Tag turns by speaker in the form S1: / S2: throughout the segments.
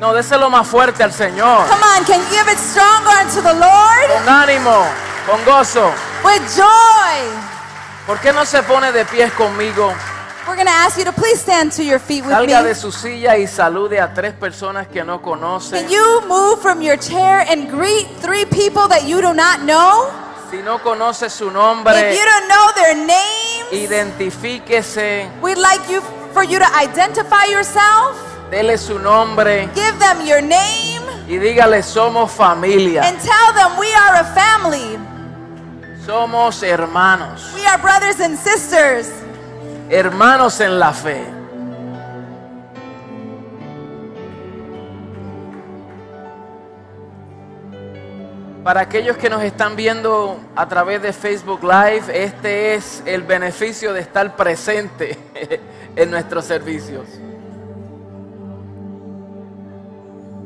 S1: No, déselo más fuerte al Señor.
S2: Come on, can you give it stronger unto the Lord?
S1: Con ánimo, con gozo.
S2: With joy.
S1: ¿Por qué no se pone de pies conmigo?
S2: We're going to ask you to please stand to your feet with me.
S1: Salga de su silla y salude a tres personas que no conoce.
S2: Can you move from your chair and greet three people that you do not know?
S1: Si no conoce su
S2: If
S1: nombre,
S2: you don't know their names,
S1: identifíquese,
S2: we'd like you for you to identify yourself,
S1: dele su nombre
S2: give them your name,
S1: y dígale somos familia,
S2: and tell them we are a family.
S1: somos hermanos,
S2: We are brothers and sisters.
S1: hermanos en la fe. Para aquellos que nos están viendo a través de Facebook Live, este es el beneficio de estar presente en nuestros servicios.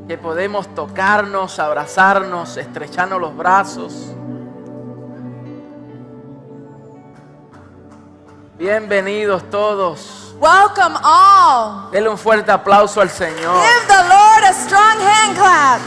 S1: Que podemos tocarnos, abrazarnos, estrecharnos los brazos. Bienvenidos todos.
S2: Welcome all.
S1: Denle un fuerte aplauso al Señor.
S2: Give the Lord a strong hand clap.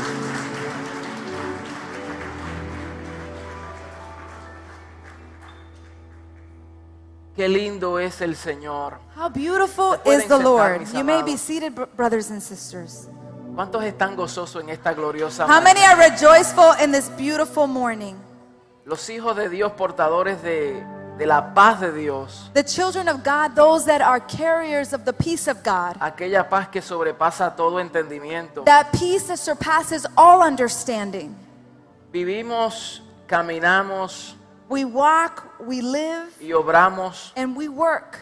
S1: Qué lindo es el Señor.
S2: How beautiful
S1: Se pueden
S2: is the
S1: sentar,
S2: Lord.
S1: mis
S2: You may
S1: amados.
S2: be seated, br- brothers and sisters.
S1: ¿Cuántos están gozosos en esta gloriosa
S2: How
S1: mañana?
S2: many are rejoiceful in this beautiful morning?
S1: Los hijos de Dios portadores de, de la paz de Dios,
S2: The children of God, those that are carriers of the peace of God,
S1: aquella paz que sobrepasa todo entendimiento.
S2: that peace that surpasses all understanding.
S1: Vivimos, caminamos
S2: We walk, we live,
S1: y obramos
S2: and we work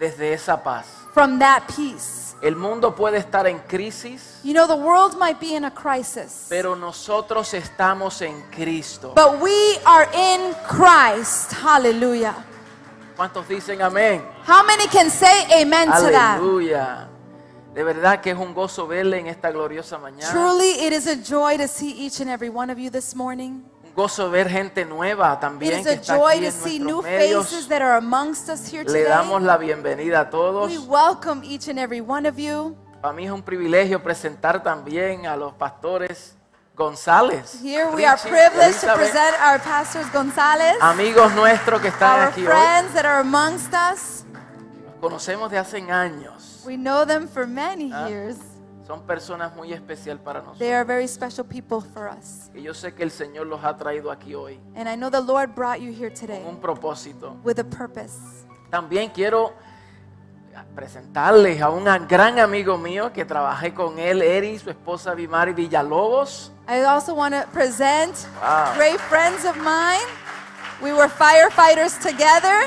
S1: desde esa paz.
S2: from that peace.
S1: El mundo puede estar en crisis,
S2: You know, the world might be in a crisis,
S1: pero nosotros estamos en Cristo.
S2: but we are in Christ. Hallelujah.
S1: ¿Cuántos dicen amén?
S2: How many can say amen to that?
S1: Aleluya. De verdad que es un gozo verle en esta gloriosa mañana.
S2: Truly, it is a joy to see each and every one of you this morning.
S1: Un gozo ver gente nueva
S2: It
S1: también
S2: is
S1: que
S2: a
S1: está
S2: joy
S1: aquí en
S2: to see new
S1: nuestros medios.
S2: faces that are amongst us here
S1: Le damos
S2: today.
S1: la bienvenida a todos.
S2: We welcome each and every one of you.
S1: Para mí es un privilegio presentar también a los pastores González.
S2: Here we are
S1: Richie,
S2: privileged to
S1: Elizabeth,
S2: present our pastors Gonzalez,
S1: amigos nuestros que están
S2: our
S1: aquí hoy.
S2: friends that are amongst us.
S1: Los conocemos de hace años.
S2: We know them for many
S1: Ah.
S2: years.
S1: Son personas muy especial para nosotros.
S2: They are very special people for us.
S1: Y yo sé que el Señor los ha traído aquí hoy
S2: And I know the Lord brought you here today
S1: con un propósito.
S2: with a purpose.
S1: También quiero presentarles a un gran amigo mío que trabajé con él, Eri, su esposa Vimari Villalobos.
S2: I also want to present
S1: Wow.
S2: great friends of mine. We were firefighters together.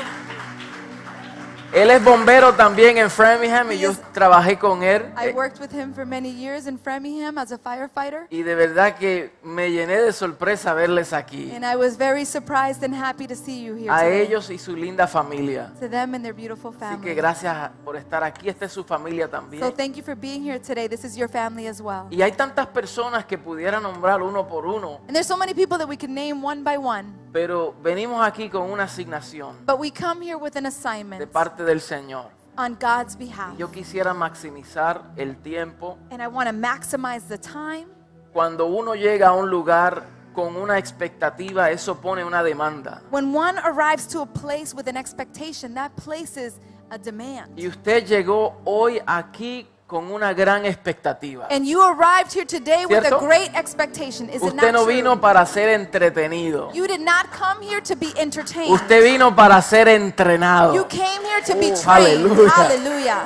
S1: Él es bombero también en Framingham y
S2: He
S1: yo
S2: is-
S1: trabajé con él.
S2: I
S1: Eh,
S2: worked with him for many years in Framingham as a firefighter.
S1: Y de verdad que me llené de sorpresa verles aquí.
S2: And I was very surprised and happy to see you here
S1: A
S2: today.
S1: ellos y su linda familia.
S2: To them and their beautiful
S1: Así que
S2: family.
S1: gracias por estar aquí. Esta es su familia
S2: So
S1: también.
S2: thank you for being here today. This is your family as well.
S1: Y hay tantas personas que pudiera nombrar uno por uno,
S2: And there's so many people that we can name one by one.
S1: pero venimos aquí con una asignación
S2: But we come here with an
S1: de
S2: assignment
S1: parte del Señor.
S2: on God's behalf.
S1: Yo quisiera maximizar el tiempo.
S2: And I want to maximize the time.
S1: Cuando uno llega a un lugar con una expectativa, eso pone una demanda.
S2: When one arrives to a place with an expectation, that places a demand.
S1: Y usted llegó hoy aquí con una gran expectativa.
S2: And you arrived here today with a
S1: ¿Cierto?
S2: great expectation. Is it
S1: Usted
S2: not
S1: no
S2: true?
S1: vino para ser entretenido.
S2: You did not come here to be entertained.
S1: Usted vino para ser
S2: You
S1: entrenado.
S2: came here to be
S1: Oh,
S2: trained.
S1: hallelujah.
S2: Hallelujah.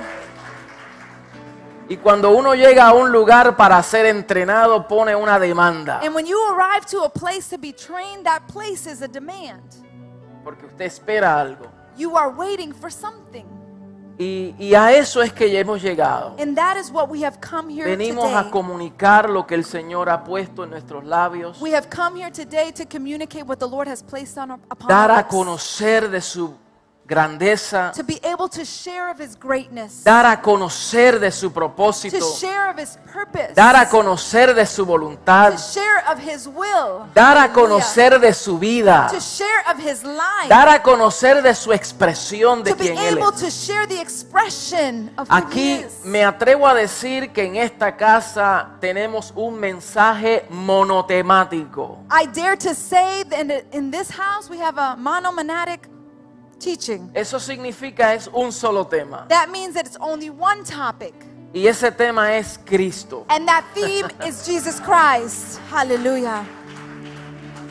S1: Y cuando uno llega a un lugar para ser entrenado, pone una demanda.
S2: And when you arrive to a place to be trained, that place is a demand.
S1: Porque usted espera algo.
S2: You are waiting for something.
S1: Y, y a eso es que hemos llegado.
S2: And that is what we have come here
S1: Venimos a
S2: today.
S1: comunicar lo que el Señor ha puesto en nuestros labios.
S2: We have come here today to communicate what the Lord has placed on upon
S1: dar
S2: us.
S1: a conocer de su grandeza,
S2: to be able to share of his greatness,
S1: dar a conocer de su
S2: to
S1: propósito,
S2: share of his purpose,
S1: dar a conocer de su voluntad,
S2: to share of his will,
S1: dar a
S2: Hallelujah.
S1: conocer de su vida,
S2: to share of his life,
S1: dar a conocer de su expresión de
S2: to be
S1: quien él
S2: able
S1: es.
S2: to share the expression of who he
S1: Aquí
S2: is.
S1: me atrevo a decir que en esta casa tenemos un mensaje monotemático.
S2: I dare to say that in- in this house we have a monomaniac teaching.
S1: Eso significa es un solo tema.
S2: That means that it's only one topic,
S1: Y ese tema es Cristo.
S2: and that theme is Jesus Christ. Hallelujah.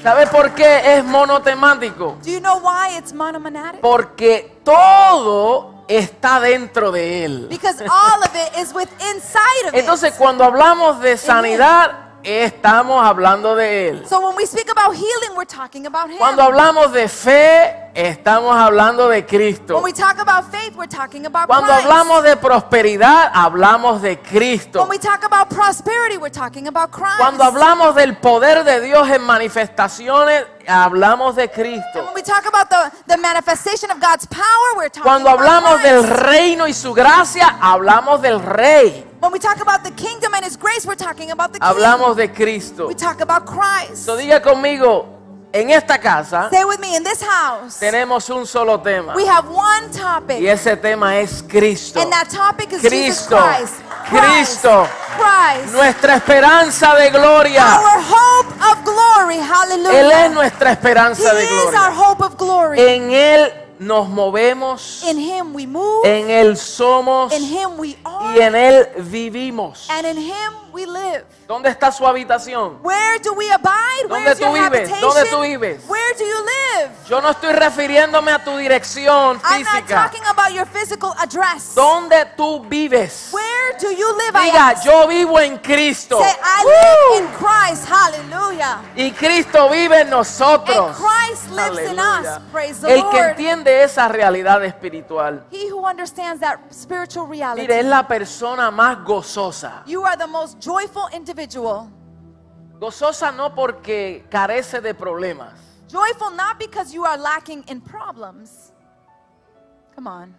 S1: ¿Sabe por qué es monotemático?
S2: Do you know why it's monomaniac?
S1: Porque todo está dentro de él.
S2: Because all of it is with inside of
S1: Entonces
S2: it.
S1: cuando hablamos de sanidad, estamos hablando de él.
S2: So when we speak about healing, we're talking about Him.
S1: Cuando hablamos de fe, estamos hablando de Cristo.
S2: when we talk about faith, we're talking about
S1: Cuando
S2: Christ.
S1: hablamos de prosperidad, hablamos de Cristo.
S2: when we talk about prosperity, we're talking about Christ.
S1: Cuando hablamos del poder de Dios en manifestaciones, hablamos de
S2: and
S1: Cristo.
S2: when we talk about the, the manifestation of God's power, we're talking
S1: Cuando
S2: about
S1: hablamos
S2: Christ.
S1: del reino y su gracia, hablamos del rey.
S2: When we talk about the kingdom and His grace, we're talking about the kingdom.
S1: Hablamos de Cristo.
S2: We talk about Christ.
S1: So, diga conmigo, en esta casa
S2: Stay with me in this house.
S1: tenemos un solo tema.
S2: We have one topic,
S1: Y ese tema es Cristo.
S2: and that topic is Jesus
S1: Cristo.
S2: Christ. Christ.
S1: Cristo.
S2: Christ.
S1: Nuestra esperanza de gloria.
S2: Our hope of glory.
S1: Él
S2: Hallelujah.
S1: es nuestra
S2: He
S1: esperanza de
S2: is our
S1: gloria.
S2: hope of glory.
S1: En Él nos movemos.
S2: In Him we move.
S1: En Él somos.
S2: In Him we
S1: y
S2: are.
S1: en Él vivimos.
S2: And in Him we live.
S1: ¿Dónde está su habitación?
S2: Where do we abide?
S1: ¿Dónde
S2: Where's your
S1: tú vives?
S2: habitation?
S1: ¿Dónde tú vives?
S2: Where do you live?
S1: Yo no estoy refiriéndome a tu dirección
S2: I'm not
S1: física.
S2: talking about your physical address.
S1: ¿Dónde tú vives?
S2: Where do you live? I
S1: Diga,
S2: ask.
S1: yo vivo en Cristo.
S2: Say, I live in Christ. Hallelujah.
S1: Y Cristo vive en nosotros.
S2: And Christ lives in
S1: Aleluya.
S2: us. Praise the
S1: El que
S2: Lord.
S1: entiende esa realidad espiritual,
S2: He who understands that spiritual reality.
S1: mire, es la persona más gozosa.
S2: You are the most joyful individual.
S1: Gozosa no porque carece de problemas,
S2: Joyful not because you are lacking in problems. Come on.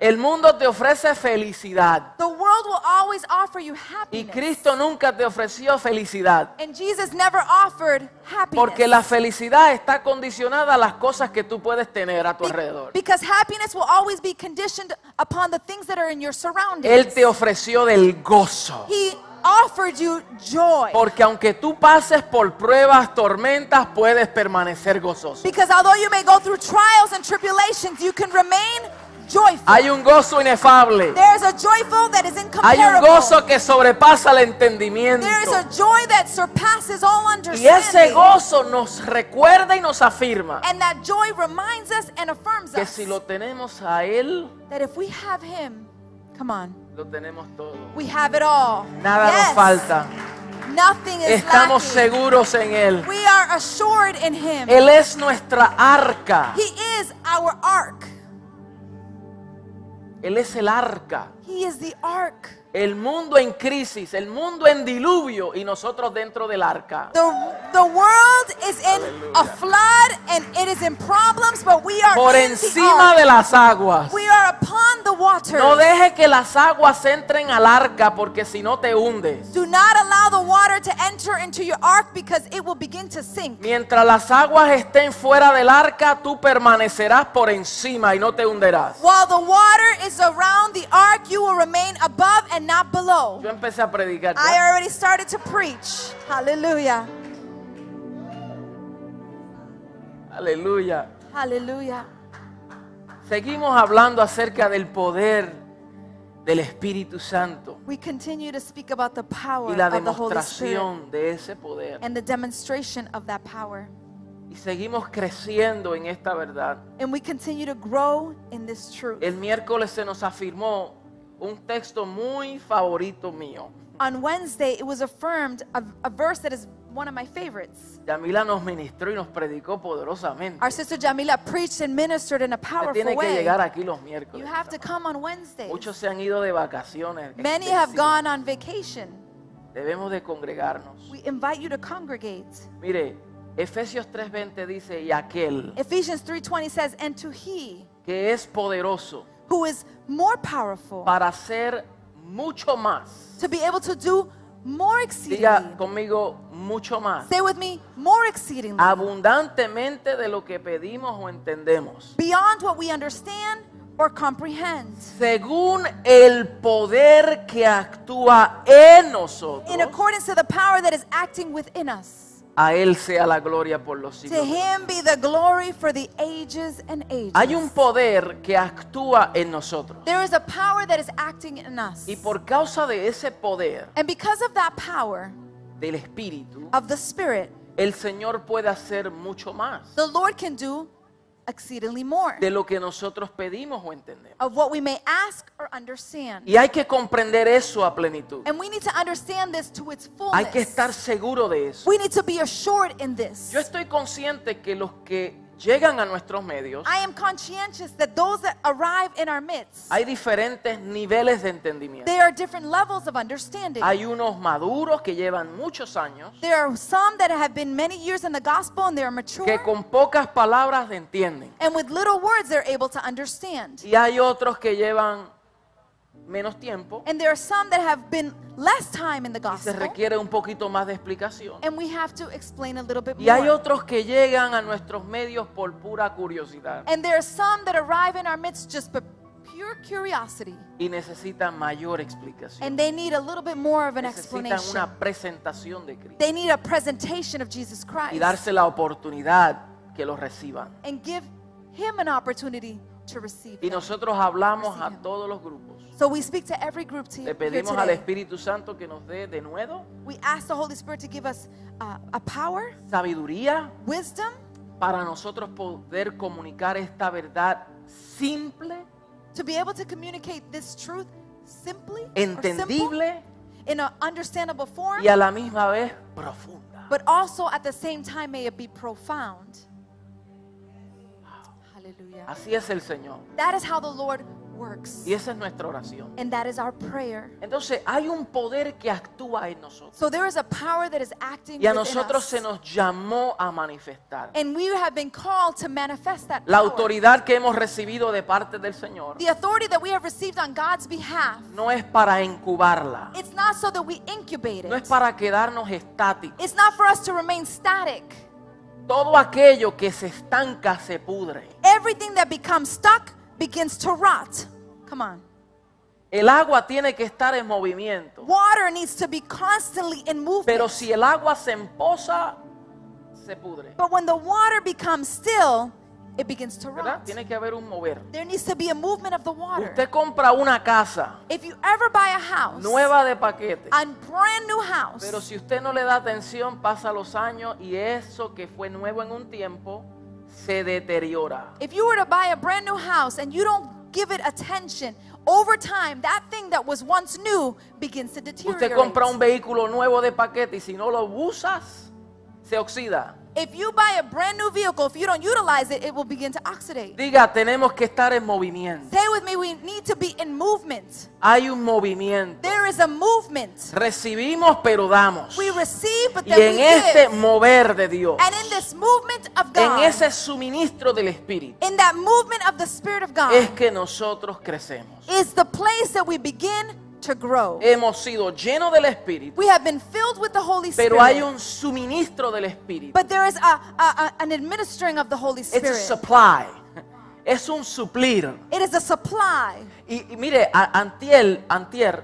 S1: El mundo te ofrece felicidad
S2: The world will always offer you
S1: y
S2: happiness.
S1: Cristo nunca te ofreció felicidad,
S2: and Jesus never offered happiness.
S1: porque la felicidad está condicionada a las cosas que tú puedes tener a tu
S2: Be-
S1: alrededor.
S2: because happiness will always be conditioned upon the things that are in your surroundings.
S1: Él te ofreció del gozo,
S2: he offered you joy.
S1: porque aunque tú pases por pruebas, tormentas, puedes permanecer gozoso.
S2: because although you may go through trials and tribulations, you can remain joyful.
S1: Hay un gozo inefable,
S2: There's a joyful that is
S1: hay un
S2: incomparable.
S1: gozo que sobrepasa el entendimiento.
S2: There is a joy that surpasses all
S1: Y ese
S2: understanding.
S1: gozo nos recuerda y nos afirma
S2: And that joy reminds us and affirms
S1: que
S2: us
S1: si lo tenemos a Él,
S2: that if we have Him, come on,
S1: lo tenemos todo.
S2: we have it all.
S1: Nada
S2: yes,
S1: nos falta.
S2: Nothing is
S1: Estamos
S2: lacking.
S1: seguros en Él.
S2: We are assured in Him.
S1: Él es nuestra arca.
S2: He is our ark.
S1: Él es el arca.
S2: He is the ark.
S1: El mundo en crisis, el mundo en diluvio y nosotros dentro del arca.
S2: The, the world is in a flood and it is in problems, but we are
S1: Por
S2: in
S1: encima
S2: the ark.
S1: de las aguas.
S2: We are upon the water.
S1: No deje que las aguas entren al arca porque si no te hundes.
S2: Do not allow the water to enter into your ark because it will begin to sink.
S1: Mientras las aguas estén fuera del arca, tú permanecerás por encima y no te hunderás.
S2: While the water is around the ark, you will remain above and not below.
S1: Yo empecé a predicar.
S2: I
S1: ya.
S2: already started to preach. Hallelujah.
S1: Aleluya.
S2: Hallelujah.
S1: Seguimos hablando acerca del poder del Espíritu Santo
S2: We continue to speak about the power
S1: y la
S2: of the Holy Spirit
S1: demostración de ese poder.
S2: and the demonstration of that power.
S1: Y seguimos creciendo en esta verdad.
S2: And we continue to grow in this truth.
S1: El miércoles se nos afirmó un texto muy favorito mío.
S2: On Wednesday, it was affirmed a, a verse that is one of my favorites.
S1: Yamila nos ministró y nos predicó poderosamente.
S2: Our sister Jamila preached and ministered in a
S1: Usted
S2: powerful
S1: tiene que
S2: way.
S1: llegar aquí los
S2: You
S1: miércoles.
S2: have to come on Wednesdays.
S1: Muchos se han ido de vacaciones.
S2: Many have
S1: extensivas.
S2: gone on vacation.
S1: Debemos de congregarnos.
S2: We invite you to congregate.
S1: Mire, Efesios 3:20 dice, y aquel
S2: Ephesians 3:20 says, "And to he
S1: que es poderoso
S2: who is more powerful
S1: para hacer mucho más.
S2: to be able to do more
S1: Diga
S2: exceedingly.
S1: conmigo mucho más.
S2: Say with me, more exceedingly.
S1: Abundantemente de lo que pedimos o entendemos.
S2: Beyond what we understand or comprehend.
S1: Según el poder que actúa en nosotros,
S2: In accordance to the power that is acting within us.
S1: a Él sea la gloria por los
S2: To
S1: siglos.
S2: him be the glory for the ages and ages.
S1: Hay un poder que actúa en nosotros.
S2: There is a power that is acting in us.
S1: Y por causa de ese poder
S2: And because of that power
S1: del Espíritu,
S2: of the Spirit,
S1: el Señor puede hacer mucho más
S2: the Lord can do exceedingly more
S1: de lo que nosotros pedimos o entendemos.
S2: of what we may ask or understand.
S1: Y hay que comprender eso a plenitud.
S2: And we need to understand this to its
S1: Hay que estar
S2: fullness.
S1: seguro de eso.
S2: We need to be assured in this.
S1: Yo estoy consciente que los que llegan a nuestros medios,
S2: I am conscientious that those that arrive in our midst,
S1: hay diferentes niveles de entendimiento.
S2: there are different levels of understanding.
S1: Hay unos maduros que llevan muchos años,
S2: There are some that have been many years in the gospel and they are
S1: que
S2: mature,
S1: con pocas palabras entienden.
S2: and with little words they're able to understand.
S1: Y hay otros que llevan menos tiempo
S2: And there are some that have been less time in the
S1: y se
S2: gospel,
S1: requiere un poquito más de explicación.
S2: and we have to explain a little bit
S1: Y hay
S2: more.
S1: otros que llegan a nuestros medios por pura curiosidad
S2: And there are some that arrive in our midst just for pure curiosity,
S1: y necesitan mayor explicación.
S2: and they need a little bit more of an
S1: Necesitan
S2: explanation.
S1: una presentación de Cristo
S2: They need a presentation of Jesus
S1: y
S2: Christ
S1: darse la oportunidad que los reciban.
S2: and give Him an opportunity to receive.
S1: Y
S2: Him.
S1: nosotros hablamos a todos los grupos.
S2: So we speak to every group to
S1: Le
S2: here
S1: pedimos al
S2: today.
S1: Espíritu Santo que nos dé de nuevo
S2: We ask the Holy Spirit to give us uh, a power,
S1: sabiduría
S2: wisdom,
S1: para nosotros poder comunicar esta verdad simple,
S2: to be able to communicate this truth simply, or simple, ¿ah?
S1: entendible
S2: in an understandable form,
S1: y a la misma vez profunda.
S2: but also at the same time may it be profound. Hallelujah.
S1: Así es el Señor.
S2: That is how the Lord works,
S1: Y esa es nuestra oración.
S2: and that is our prayer.
S1: Entonces hay un poder que actúa en nosotros.
S2: So there is a power that is acting
S1: Y a
S2: within
S1: nosotros
S2: us,
S1: se nos llamó a manifestar.
S2: and we have been called to manifest that
S1: La
S2: power.
S1: autoridad que hemos recibido de parte del Señor
S2: The authority that we have received on God's behalf.
S1: no es para incubarla,
S2: It's not so that we incubate it.
S1: no es para quedarnos estáticos.
S2: It's not for us to remain static.
S1: Todo aquello que se estanca se pudre.
S2: Everything that becomes stuck begins to rot. Come on.
S1: El agua tiene que estar en movimiento.
S2: Water needs to be constantly in movement.
S1: Pero si el agua se empoza, se pudre.
S2: but when the water becomes still, it begins to
S1: ¿Verdad?
S2: rot.
S1: Tiene que haber un mover.
S2: There needs to be a movement of the water.
S1: Usted compra una casa
S2: if you ever buy a house,
S1: nueva de paquete.
S2: a brand new house,
S1: Pero si usted no le da atención, pasa los años y eso que fue nuevo en un tiempo se deteriora.
S2: if you were to buy a brand new house and you don't give it attention, over time, that thing that was once new begins to deteriorate.
S1: Usted compra un vehículo nuevo de paquete y si no lo usas, se oxida.
S2: If you buy a brand new vehicle, if you don't utilize it, it will begin to oxidate.
S1: Diga, tenemos que estar en movimiento.
S2: Stay with me, we need to be in movement.
S1: Hay un movimiento.
S2: There is a movement.
S1: Recibimos, pero damos.
S2: We receive, but
S1: Y en
S2: then we
S1: este
S2: give.
S1: mover de Dios,
S2: And in this movement of
S1: en
S2: God,
S1: ese suministro del Espíritu,
S2: in that movement of the Spirit of
S1: es
S2: God,
S1: que nosotros crecemos.
S2: is the place that we begin to grow.
S1: Hemos sido llenos del Espíritu,
S2: We have been filled with the Holy
S1: pero hay
S2: Spirit,
S1: un suministro del Espíritu.
S2: but there is a, a- a- an administering of the Holy
S1: It's a
S2: Spirit.
S1: supply. Es un suplir.
S2: It is a supply.
S1: Y, y mire, a- antier, antier,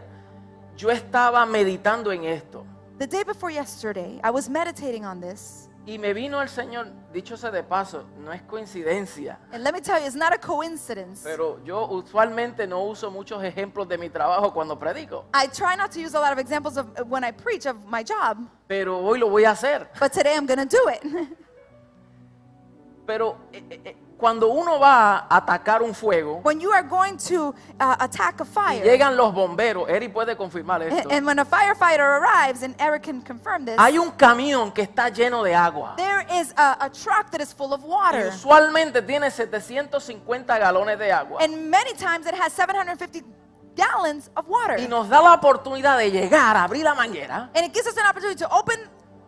S1: yo estaba meditando en esto.
S2: The day before yesterday, I was meditating on this,
S1: Y me vino el Señor, dicho sea de paso, no es coincidencia.
S2: and let me tell you, it's not a coincidence.
S1: Pero yo usualmente no uso muchos ejemplos de mi trabajo cuando predico.
S2: I try not to use a lot of examples of when I preach of my job,
S1: Pero hoy lo voy a hacer.
S2: but today I'm going to do it.
S1: Pero eh, eh, eh, cuando uno va a atacar un fuego,
S2: when you are going to uh, attack a
S1: y
S2: fire, Eh,
S1: llegan los bomberos, Eri puede confirmar esto.
S2: and, and when a firefighter arrives, and Eric can confirm this,
S1: Hay un camión que está lleno de agua.
S2: there is a, a truck that is full of
S1: Y
S2: water,
S1: usualmente tiene 750 galones de agua.
S2: and many times it has 750 gallons of water,
S1: Y nos da la oportunidad de llegar, abrir la manguera
S2: and it gives us an opportunity to open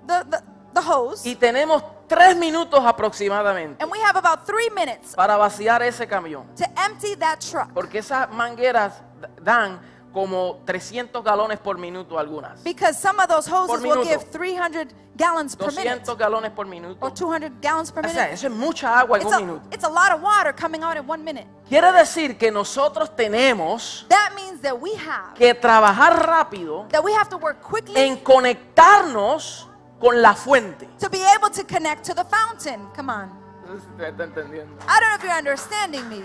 S2: the, the the hose,
S1: y tenemos tres minutos aproximadamente
S2: and we have about three minutes
S1: para vaciar ese camión.
S2: to empty that truck
S1: Porque esas mangueras d- dan como 300 galones por minuto algunas.
S2: because some of those hoses will
S1: minuto.
S2: give 300 gallons per minute
S1: 200 galones por minuto.
S2: or 200 gallons per
S1: O sea,
S2: minute.
S1: eso es mucha agua en
S2: It's
S1: un
S2: a,
S1: minuto.
S2: it's a lot of water coming out in one minute.
S1: Quiere decir que nosotros tenemos
S2: That means that we have,
S1: que trabajar rápido
S2: that we have to work quickly
S1: en conectarnos con la fuente.
S2: to be able to connect to the fountain. Come on.
S1: No sé si ustedes están entendiendo.
S2: I don't know if you're understanding me.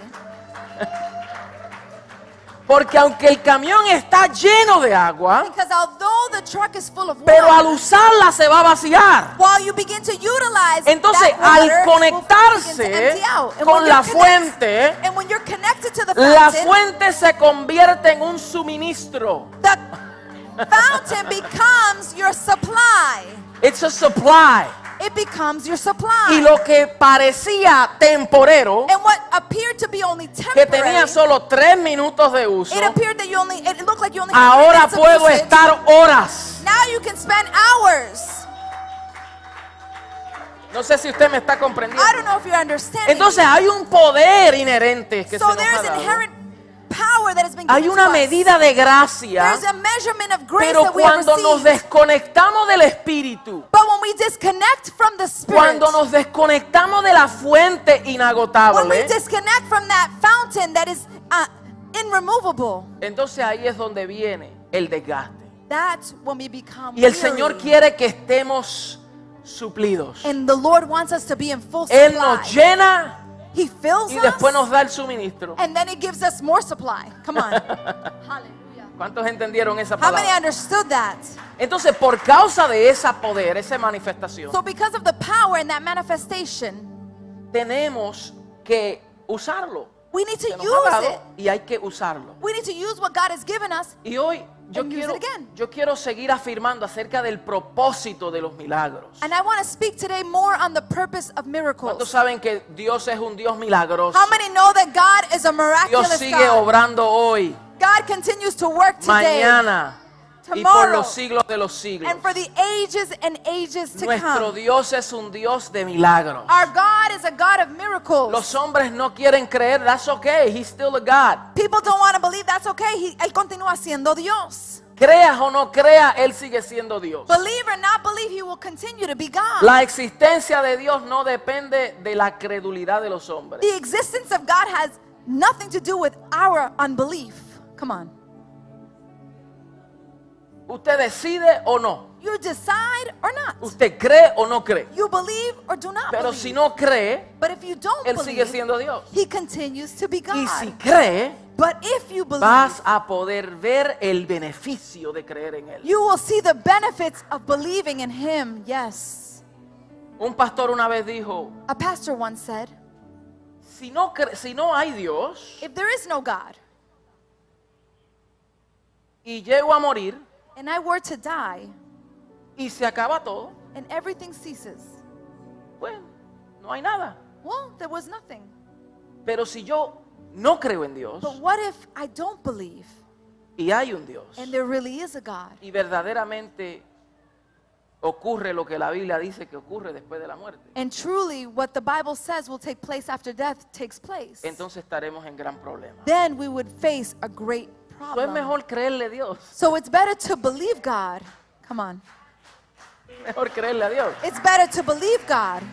S1: Porque aunque el camión está lleno de agua,
S2: Because although the truck is full of
S1: pero al
S2: water,
S1: usarla se va a vaciar.
S2: while you begin to utilize
S1: Entonces,
S2: that
S1: al
S2: water, it will begin to
S1: conectarse
S2: empty out. And
S1: con
S2: when you're
S1: la
S2: connect-
S1: fuente,
S2: and when you're connected to the
S1: la
S2: fountain,
S1: fuente se convierte en un suministro.
S2: the fountain becomes your supply.
S1: It's a supply.
S2: It becomes your supply.
S1: Y lo que parecía temporero,
S2: and what appeared to be only
S1: que
S2: temporary,
S1: tenía solo tres minutos de uso,
S2: it appeared that you only, it looked like you only had three
S1: ahora
S2: minutes of
S1: puedo
S2: usage.
S1: estar horas.
S2: Now you can spend hours.
S1: No sé si usted me está comprendiendo.
S2: I don't know if you're understanding.
S1: Entonces hay un poder inherente que
S2: so
S1: se nos ha
S2: there's
S1: dado.
S2: inherent power that has been given
S1: Hay una
S2: to us.
S1: medida de gracia,
S2: There's a measurement of grace
S1: pero
S2: that we have
S1: cuando nos
S2: received.
S1: desconectamos del espíritu,
S2: but when we disconnect from the Spirit,
S1: cuando nos desconectamos de la fuente
S2: when we
S1: inagotable,
S2: disconnect from that fountain that is uh, irremovable,
S1: entonces ahí es donde viene el desgaste.
S2: that's when we become
S1: Y el
S2: weary.
S1: Señor quiere que estemos suplidos.
S2: And the Lord wants us to be in full
S1: Él
S2: supply.
S1: nos llena
S2: he fills
S1: y después nos
S2: us,
S1: da el suministro.
S2: and then He gives us more supply. Come on. Hallelujah.
S1: ¿Cuántos entendieron esa
S2: How many
S1: palabra?
S2: understood that?
S1: Entonces, por causa de esa poder, esa manifestación,
S2: So because of the power in that manifestation,
S1: tenemos que usarlo.
S2: we need to
S1: Se nos ha
S2: use
S1: dado
S2: it.
S1: y hay que usarlo.
S2: We need to use what God has given us.
S1: Y hoy yo
S2: And use
S1: quiero,
S2: it again.
S1: yo quiero seguir afirmando acerca del propósito de los milagros.
S2: And I want to speak today more on the purpose of
S1: ¿Cuántos
S2: miracles.
S1: saben que Dios es un Dios milagroso?
S2: How many know that God is a
S1: Dios
S2: miraculous
S1: sigue
S2: God?
S1: obrando hoy,
S2: God continues to work today
S1: mañana y por
S2: tomorrow,
S1: los siglos de los siglos.
S2: and for the ages and ages to
S1: Nuestro
S2: come.
S1: Dios es un Dios de milagros.
S2: Our God is a God of miracles.
S1: Los hombres no quieren creer, that's okay, he's still a God.
S2: People don't want to believe that's okay. He, él continúa siendo Dios.
S1: Creas o no creas, él sigue siendo Dios.
S2: Believe or not believe, he will continue to be God.
S1: La existencia de Dios no depende de la credulidad de los hombres.
S2: the existence of God has nothing to do with our unbelief. Come on.
S1: Usted decide o no.
S2: You decide or not.
S1: Usted cree o no cree.
S2: You believe or do not
S1: Pero
S2: believe.
S1: si no cree,
S2: but if you don't
S1: él sigue
S2: believe,
S1: siendo Dios.
S2: he continues to be God.
S1: Y si cree,
S2: but if you believe,
S1: vas a poder ver el beneficio de creer en él.
S2: you will see the benefits of believing in him. Yes.
S1: Un pastor una vez dijo,
S2: A pastor once said,
S1: si no, cre- si no hay Dios
S2: if there is no God
S1: y llego a morir
S2: and I were to die
S1: y se acaba todo,
S2: and everything ceases,
S1: bueno, no hay nada.
S2: Well, there was nothing.
S1: Pero si yo no creo en Dios
S2: But what if I don't believe
S1: y hay un Dios
S2: and there really is a God?
S1: y verdaderamente ocurre lo que la Biblia dice que ocurre después de la muerte,
S2: And truly, what the Bible says will take place after death takes place.
S1: entonces estaremos en gran problema.
S2: Then we would face a great
S1: No es
S2: problem.
S1: mejor creerle a Dios,
S2: So it's better to believe God. Come on.
S1: mejor creerle a Dios,
S2: It's better to believe God.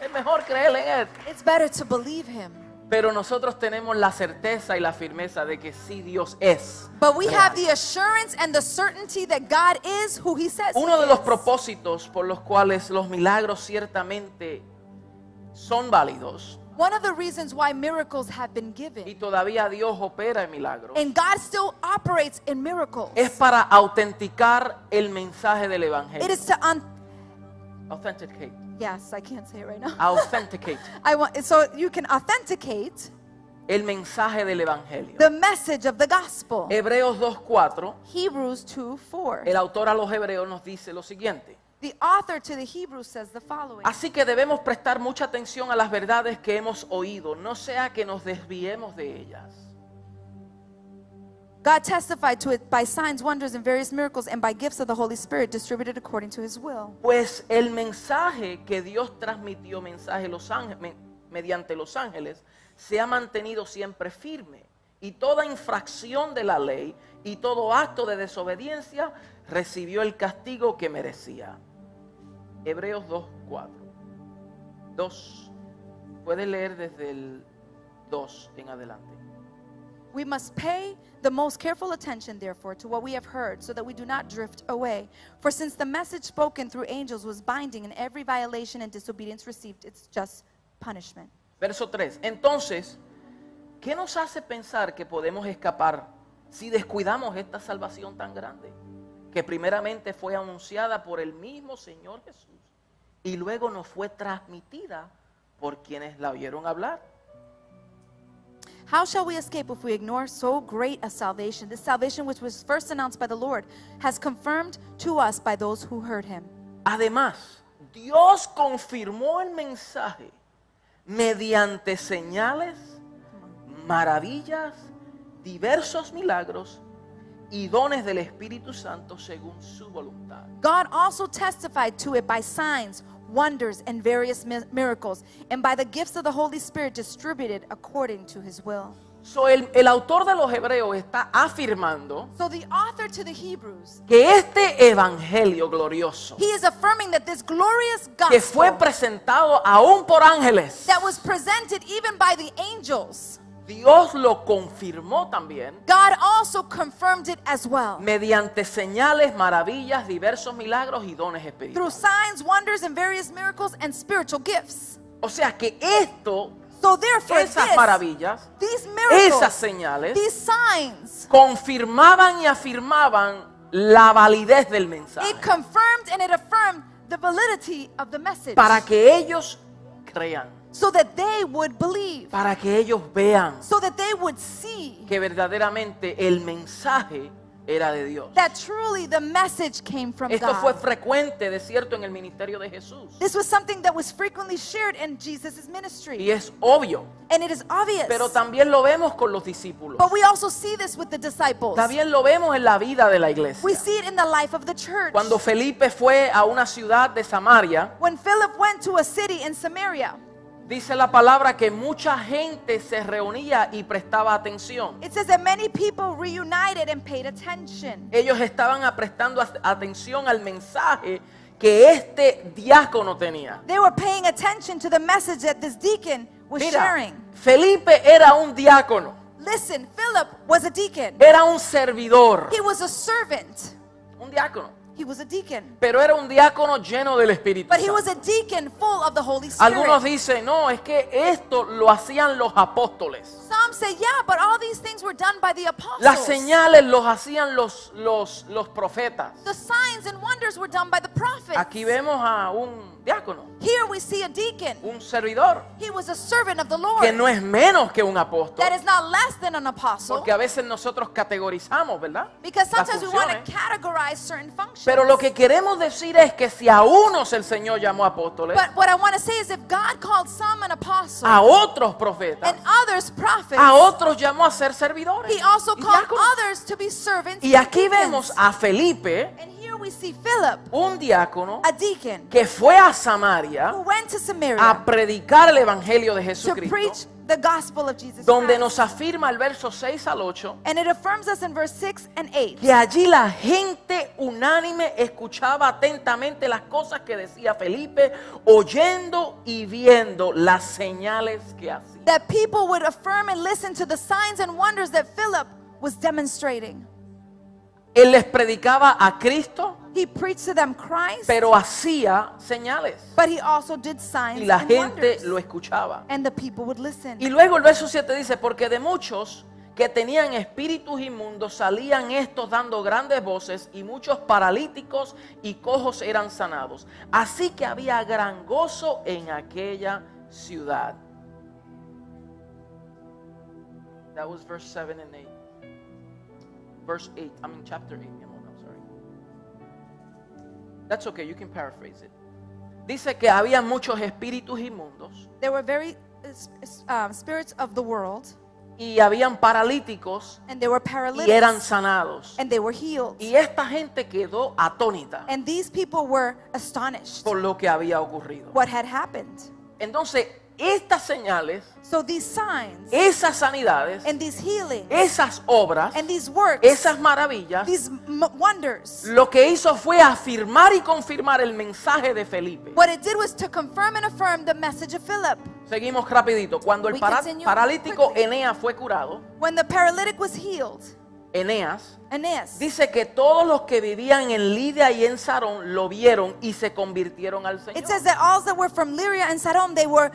S1: es mejor creerle en Él.
S2: It's better to believe Him.
S1: Pero nosotros tenemos la certeza y la firmeza de que sí Dios es.
S2: But we
S1: real.
S2: have the assurance and the certainty that God is who He says. He
S1: Uno de los
S2: is.
S1: propósitos por los cuales los milagros ciertamente son válidos
S2: One of the reasons why miracles have been
S1: y
S2: given
S1: todavía Dios opera en milagros
S2: and God still operates in miracles.
S1: es para autenticar el mensaje del
S2: It
S1: evangelio.
S2: is to un-
S1: Authenticate.
S2: Yes, I can't say it right
S1: Ah.
S2: now.
S1: Authenticate.
S2: I want so you can authenticate
S1: El mensaje del evangelio.
S2: the message of the gospel.
S1: Hebreos 2:4,
S2: Hebrews 2 4.
S1: el autor a los hebreos nos dice lo siguiente:
S2: The author to the Hebrews says the following.
S1: Así que debemos prestar mucha atención a las verdades que hemos oído, no sea que nos desviemos de ellas.
S2: God testified to it by signs, wonders, and various miracles, and by gifts of the Holy Spirit distributed according to his will.
S1: Pues el mensaje que Dios transmitió mensaje los ángeles, me- mediante los ángeles se ha mantenido siempre firme. Y toda infracción de la ley y todo acto de desobediencia recibió el castigo que merecía. Hebreos 2.4. 2. Puedes leer desde el 2 en adelante.
S2: We must pay the most careful attention, therefore, to what we have heard, so that we do not drift away. For since the message spoken through angels was binding, and every violation and disobedience received its just punishment.
S1: Verso 3. Entonces, ¿qué nos hace pensar que podemos escapar si descuidamos esta salvación tan grande? Que primeramente fue anunciada por el mismo Señor Jesús y luego nos fue transmitida por quienes la oyeron hablar.
S2: How shall we escape if we ignore so great a salvation? This salvation, which was first announced by the Lord, has confirmed to us by those who heard him.
S1: Además, Dios confirmó el mensaje mediante señales, maravillas, diversos milagros y dones del Espíritu Santo según su voluntad.
S2: God also testified to it by signs, wonders, and various mi- miracles, and by the gifts of the Holy Spirit distributed according to his will.
S1: So, el, el autor de los Hebreos está afirmando
S2: So the author to the Hebrews,
S1: que este evangelio glorioso
S2: he is affirming that this glorious
S1: que fue
S2: gospel
S1: presentado aún por ángeles,
S2: that was presented even by the angels,
S1: Dios lo confirmó también
S2: God also confirmed it as well.
S1: mediante señales, maravillas, diversos milagros y dones
S2: Through
S1: espirituales.
S2: signs, wonders, and various miracles and spiritual gifts.
S1: O sea que esto,
S2: So therefore,
S1: esas
S2: this,
S1: maravillas,
S2: these
S1: esas
S2: miracles,
S1: señales
S2: these signs,
S1: confirmaban y afirmaban la validez del mensaje
S2: it confirmed and it affirmed the validity of the message.
S1: para que ellos crean,
S2: so that they would believe,
S1: para que ellos vean.
S2: so that they would see
S1: que verdaderamente el mensaje era de Dios.
S2: that truly the message came from
S1: Esto
S2: God.
S1: fue frecuente, de cierto, en el ministerio de Jesús.
S2: this was something that was frequently shared in Jesus' ministry.
S1: Y es obvio,
S2: And it is obvious.
S1: pero también lo vemos con los discípulos.
S2: but we also see this with the disciples.
S1: También lo vemos en la vida de la
S2: we
S1: iglesia.
S2: see it in the life of the church.
S1: Cuando Felipe fue a una ciudad de Samaria,
S2: when Philip went to a city in Samaria,
S1: dice la palabra que mucha gente se reunía y prestaba atención.
S2: It says that many people reunited and paid attention.
S1: Ellos estaban prestando as- atención al mensaje que este diácono tenía.
S2: They were paying attention to the message that this deacon was
S1: Mira,
S2: sharing.
S1: Felipe era un diácono.
S2: Listen, Philip was a deacon.
S1: Era un servidor,
S2: He was a servant.
S1: un diácono,
S2: He was a deacon.
S1: pero era un diácono lleno del Espíritu
S2: But he was
S1: Santo.
S2: a deacon full of the Holy
S1: Algunos
S2: Spirit.
S1: dicen, no, es que esto lo hacían los apóstoles.
S2: Some say, yeah, but all these things were done by the
S1: Las
S2: apostles.
S1: señales los hacían los, los, los profetas.
S2: The signs and wonders were done by the prophets.
S1: Aquí vemos a un diácono,
S2: Here we see a deacon.
S1: un servidor,
S2: He was a servant of the
S1: que
S2: Lord.
S1: no es menos que un apóstol.
S2: That is not less than an apostle.
S1: Porque a veces nosotros categorizamos, ¿verdad?
S2: Because
S1: Las
S2: sometimes we want to
S1: funciones.
S2: categorize certain functions.
S1: Pero lo que queremos decir es que si a unos el Señor llamó apóstoles,
S2: But what I want to say is if God called some an apostle
S1: a otros profetas,
S2: and others prophets,
S1: a otros llamó a ser servidores.
S2: he also
S1: y
S2: called
S1: diáconos.
S2: others to be servants.
S1: Y aquí
S2: and deacons.
S1: vemos a Felipe,
S2: and here we see Philip,
S1: un diácono,
S2: a deacon,
S1: que fue a Samaria
S2: who went to Samaria
S1: a predicar el Evangelio de
S2: to preach
S1: Ah, Jesucristo,
S2: the gospel of Jesus
S1: donde
S2: Christ.
S1: nos afirma el verso 6 al 8,
S2: and it affirms us in verse 6 and 8
S1: que allí la gente unánime escuchaba atentamente las cosas que decía Felipe, oyendo y viendo las señales que hacía.
S2: that people would affirm and listen to the signs and wonders that Philip was demonstrating.
S1: Él les predicaba a Cristo,
S2: He preached to them Christ,
S1: pero hacía señales.
S2: but he also did signs
S1: Y la
S2: and
S1: gente
S2: wonders.
S1: lo escuchaba.
S2: and the people would listen.
S1: Y luego el verso 7 dice, porque de muchos que tenían espíritus inmundos salían estos dando grandes voces y muchos paralíticos y cojos eran sanados. Así que había gran gozo en aquella ciudad. That was verse 7 and 8. Verse 8, I mean chapter 8, mi amor, I'm sorry. That's okay, you can paraphrase it. Dice que había muchos espíritus inmundos
S2: There were very uh, s- s- um, spirits of the world
S1: y habían paralíticos
S2: and they were
S1: y eran
S2: paralyzed,
S1: sanados.
S2: and they were healed.
S1: Y esta gente quedó atónita
S2: And these people were astonished
S1: por lo que había ocurrido.
S2: what had happened.
S1: Entonces, estas señales,
S2: So these signs
S1: esas sanidades,
S2: and these healings
S1: esas obras,
S2: and these works,
S1: esas maravillas,
S2: these m- wonders,
S1: lo que hizo fue afirmar y confirmar el mensaje de Felipe.
S2: what it did was to confirm and affirm the message of Philip.
S1: Seguimos rapidito. Cuando el
S2: We
S1: para-
S2: continue
S1: paralítico
S2: quickly.
S1: Eneas fue curado,
S2: When the paralytic was healed,
S1: Eneas
S2: Aeneas,
S1: dice que todos los que vivían en Lidia y en Sarón lo vieron y se convirtieron al Señor.
S2: it says that all that were from Lyria and Sarom, they were,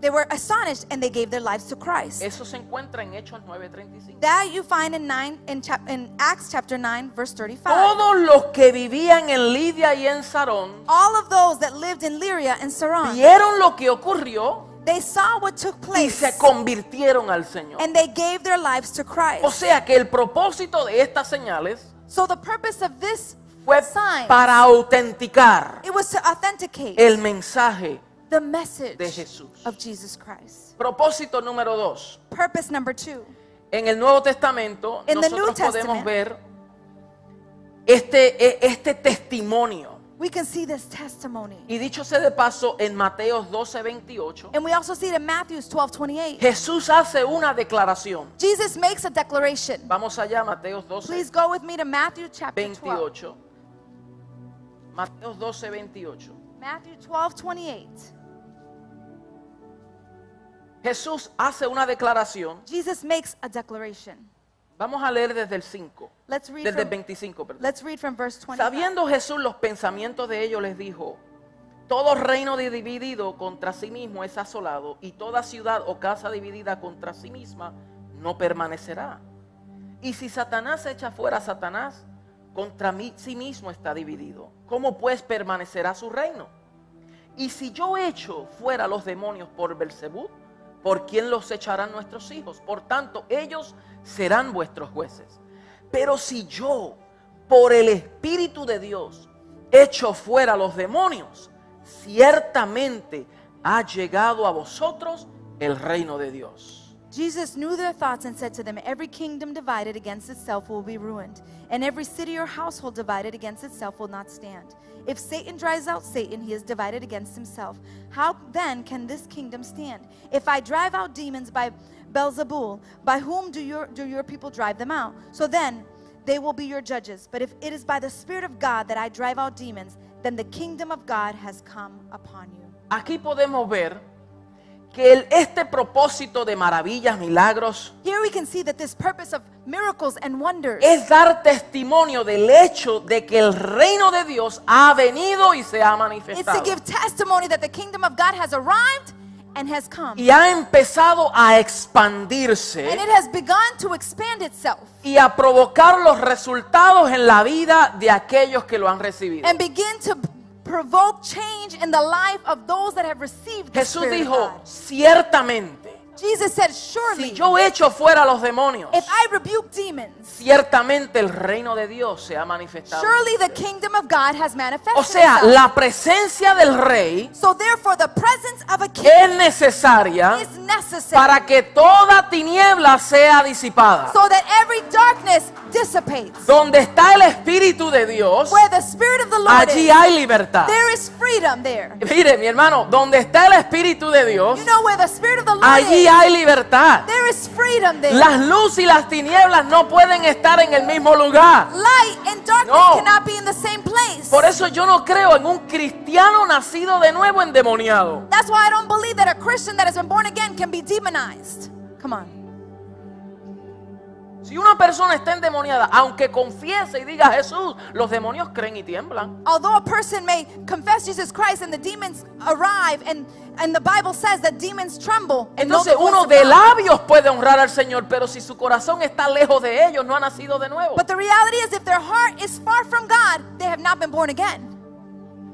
S2: they were astonished and they gave their lives to Christ.
S1: Eso se encuentra en Hechos 9:35.
S2: That you find in nine in, chap- in Acts chapter nine verse thirty-five.
S1: Todos los que vivían en Lidia y en Sarón
S2: All of those that lived in Lyria and Saron,
S1: vieron lo que ocurrió
S2: they saw what took
S1: y
S2: place,
S1: se convirtieron al Señor.
S2: and they gave their lives to
S1: O
S2: Christ.
S1: sea que el propósito de estas señales
S2: So the purpose of this
S1: fue
S2: sign,
S1: para autenticar
S2: it was to authenticate
S1: el mensaje.
S2: the message
S1: de Jesús.
S2: of Jesus Christ.
S1: Propósito número dos.
S2: Purpose number two.
S1: En el Nuevo Testamento
S2: In the
S1: nosotros
S2: New
S1: podemos
S2: Testament.
S1: ver este, e- este testimonio.
S2: We can see this testimony,
S1: Y dicho sea de paso, en Mateos 12, 28,
S2: and we also see it in Matthew's twelve twenty-eight.
S1: Jesús hace una declaración.
S2: Jesus makes a declaration.
S1: Vamos allá, Mateos 12,
S2: Please go with me to Matthew chapter twelve.
S1: 28. Mateos 12, 28.
S2: Matthew twelve twenty-eight.
S1: Jesús hace una declaración.
S2: Jesus makes a declaration.
S1: Vamos a leer desde el 5.
S2: Let's read
S1: Desde el
S2: from,
S1: 25, perdón.
S2: let's read from verse 20.
S1: Sabiendo Jesús los pensamientos de ellos, les dijo, todo reino de- dividido contra sí mismo es asolado y toda ciudad o casa dividida contra sí misma no permanecerá. Y si Satanás echa fuera a Satanás, contra mí, sí mismo está dividido. ¿Cómo pues permanecerá su reino? Y si yo echo fuera los demonios por Belcebú, ¿por quién los echarán nuestros hijos? Por tanto, ellos serán vuestros jueces. Pero si yo, por el Espíritu de Dios, echo fuera los demonios, ciertamente ha llegado a vosotros el reino de Dios.
S2: Jesus knew their thoughts and said to them, Every kingdom divided against itself will be ruined, and every city or household divided against itself will not stand. If Satan drives out Satan, he is divided against himself. How then can this kingdom stand? If I drive out demons by Beelzebul, by whom do your, do your people drive them out? So then they will be your judges. But if it is by the Spirit of God that I drive out demons, then the kingdom of God has come upon you.
S1: Aquí podemos ver que el- este propósito de maravillas, milagros,
S2: Here we can see that this purpose of miracles and wonders
S1: es dar testimonio del hecho de que el reino de Dios ha venido y se ha
S2: It's to
S1: manifestado.
S2: give testimony that the kingdom of God has arrived and has come.
S1: Y ha empezado a
S2: And
S1: expandirse
S2: it has begun to expand itself
S1: y a provocar los resultados en la vida de aquellos que lo han recibido.
S2: and begin to p- provoke change in the life of those that have received the
S1: Jesús
S2: Spirit of
S1: dijo,
S2: God.
S1: ciertamente,
S2: Jesus said,
S1: si
S2: surely,
S1: yo echo fuera los demonios,
S2: if I rebuke demons,
S1: ciertamente el reino de Dios se ha manifestado.
S2: surely the kingdom of God has manifested
S1: O sea,
S2: itself.
S1: la presencia del rey
S2: So therefore, the presence of a king
S1: es necesaria
S2: is necessary
S1: para que toda tiniebla sea disipada.
S2: so that every darkness dissipates.
S1: Donde está el Espíritu de Dios,
S2: Where the Spirit of the Lord
S1: allí
S2: is,
S1: hay libertad.
S2: there is freedom there.
S1: Mire, mi hermano, donde está el Espíritu de Dios,
S2: You know where the Spirit of the Lord
S1: allí
S2: is.
S1: hay libertad.
S2: There is freedom there.
S1: Las luces y las tinieblas no pueden estar en el mismo lugar.
S2: Light and darkness
S1: No.
S2: cannot be in the same place.
S1: Por eso yo no creo en un cristiano nacido de nuevo endemoniado.
S2: That's why I don't believe that a Christian that has been born again can be demonized. Come on.
S1: Si una persona está endemoniada, aunque confiese y diga Jesús, los demonios creen y tiemblan.
S2: Although a person may confess Jesus Christ and the demons arrive and and the Bible says that demons tremble. and know the
S1: Entonces
S2: voice
S1: uno
S2: of
S1: de
S2: God.
S1: labios puede honrar al Señor, pero si su corazón está lejos de ellos, no ha nacido de nuevo.
S2: But the reality is if their heart is far from God, they have not been born again.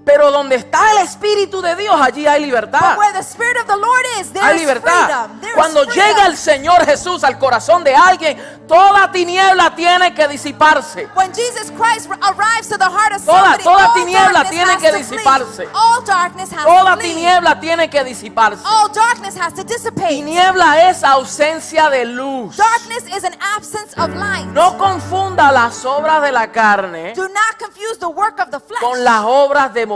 S1: Pero donde está el Espíritu de Dios, allí hay libertad.
S2: But where the Spirit of the Lord is, there
S1: Ah. Hay
S2: is
S1: libertad.
S2: freedom. There is
S1: Cuando
S2: freedom.
S1: llega el Señor Jesús al corazón de alguien, toda tiniebla tiene que disiparse.
S2: When Jesus Christ arrives to the heart of
S1: Toda-
S2: somebody,
S1: toda
S2: all
S1: tiniebla
S2: darkness
S1: tiene
S2: has
S1: que
S2: to
S1: disiparse.
S2: flee. All darkness has
S1: Toda
S2: to flee.
S1: tiniebla tiene que disiparse.
S2: All darkness has to dissipate.
S1: Tiniebla es ausencia de luz.
S2: Darkness is an absence of light.
S1: No confunda las obras de la carne
S2: Do not confuse the work of the flesh
S1: con las obras demoníacas.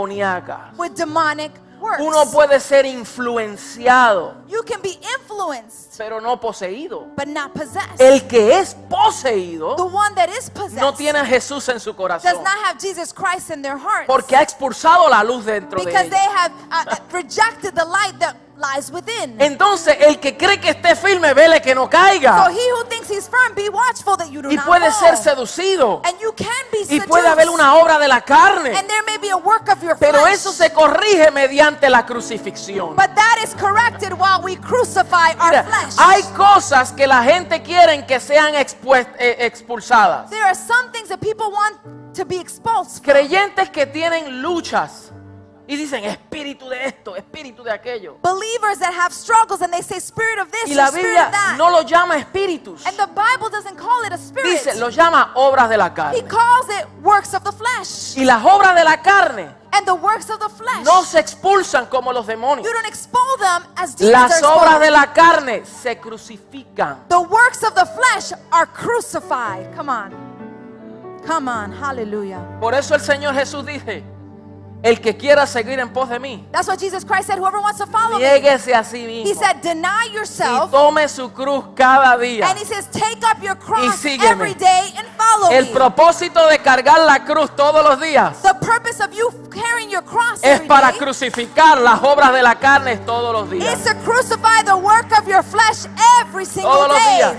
S2: with demonic works.
S1: Uno puede ser influenciado,
S2: you can be influenced,
S1: pero no poseído.
S2: but not possessed.
S1: El que es poseído
S2: the one that is possessed
S1: no tiene a Jesús en su
S2: does
S1: corazón
S2: not have Jesus Christ in their hearts
S1: porque ha expulsado la luz dentro de
S2: because they
S1: él.
S2: have uh, uh, rejected the light that lies within.
S1: Entonces, el que cree que esté firme, vele que no
S2: so
S1: caiga.
S2: he who thinks he's firm, be watchful that you do
S1: Y
S2: not
S1: puede
S2: fall.
S1: ser seducido.
S2: and you can be
S1: Y
S2: seduced.
S1: puede haber una obra de la carne.
S2: and there may be a work of your
S1: Pero
S2: flesh.
S1: eso se corrige mediante la crucifixión.
S2: but that is corrected while we crucify our
S1: Mira,
S2: flesh.
S1: hay cosas que la gente quiere que sean expues- eh, expulsadas.
S2: There are some things that people want to be exposed.
S1: Creyentes que tienen luchas y dicen espíritu de esto, espíritu de aquello.
S2: Believers that have struggles and they say spirit of this,
S1: Y la
S2: spirit of
S1: Biblia
S2: that.
S1: no lo llama espíritus.
S2: and the Bible doesn't call it a spirit.
S1: Dice, lo llama obras de la
S2: he
S1: carne.
S2: calls it works of the flesh.
S1: Y las obras de la carne
S2: and the works of the flesh.
S1: no se expulsan como los demonios.
S2: you don't expose them as demons are
S1: Las
S2: exposed.
S1: obras de la carne se crucifican.
S2: The works of the flesh are crucified. Come on. Come on. Hallelujah.
S1: Por eso el Señor Jesús dice, el que quiera seguir en pos de mí,
S2: That's what Jesus Christ said. Whoever wants to follow me,
S1: niéguese a sí
S2: he
S1: mismo
S2: said, deny
S1: y
S2: yourself.
S1: tome su cruz cada día.
S2: And he says, take up your cross
S1: sígueme.
S2: every day and follow
S1: El
S2: me.
S1: propósito de cargar la cruz todos los días
S2: The purpose of you carrying your cross
S1: es
S2: every
S1: para
S2: day
S1: crucificar las obras de la carne todos los
S2: is
S1: días.
S2: to crucify the work of your flesh every single
S1: Todos los
S2: day.
S1: días.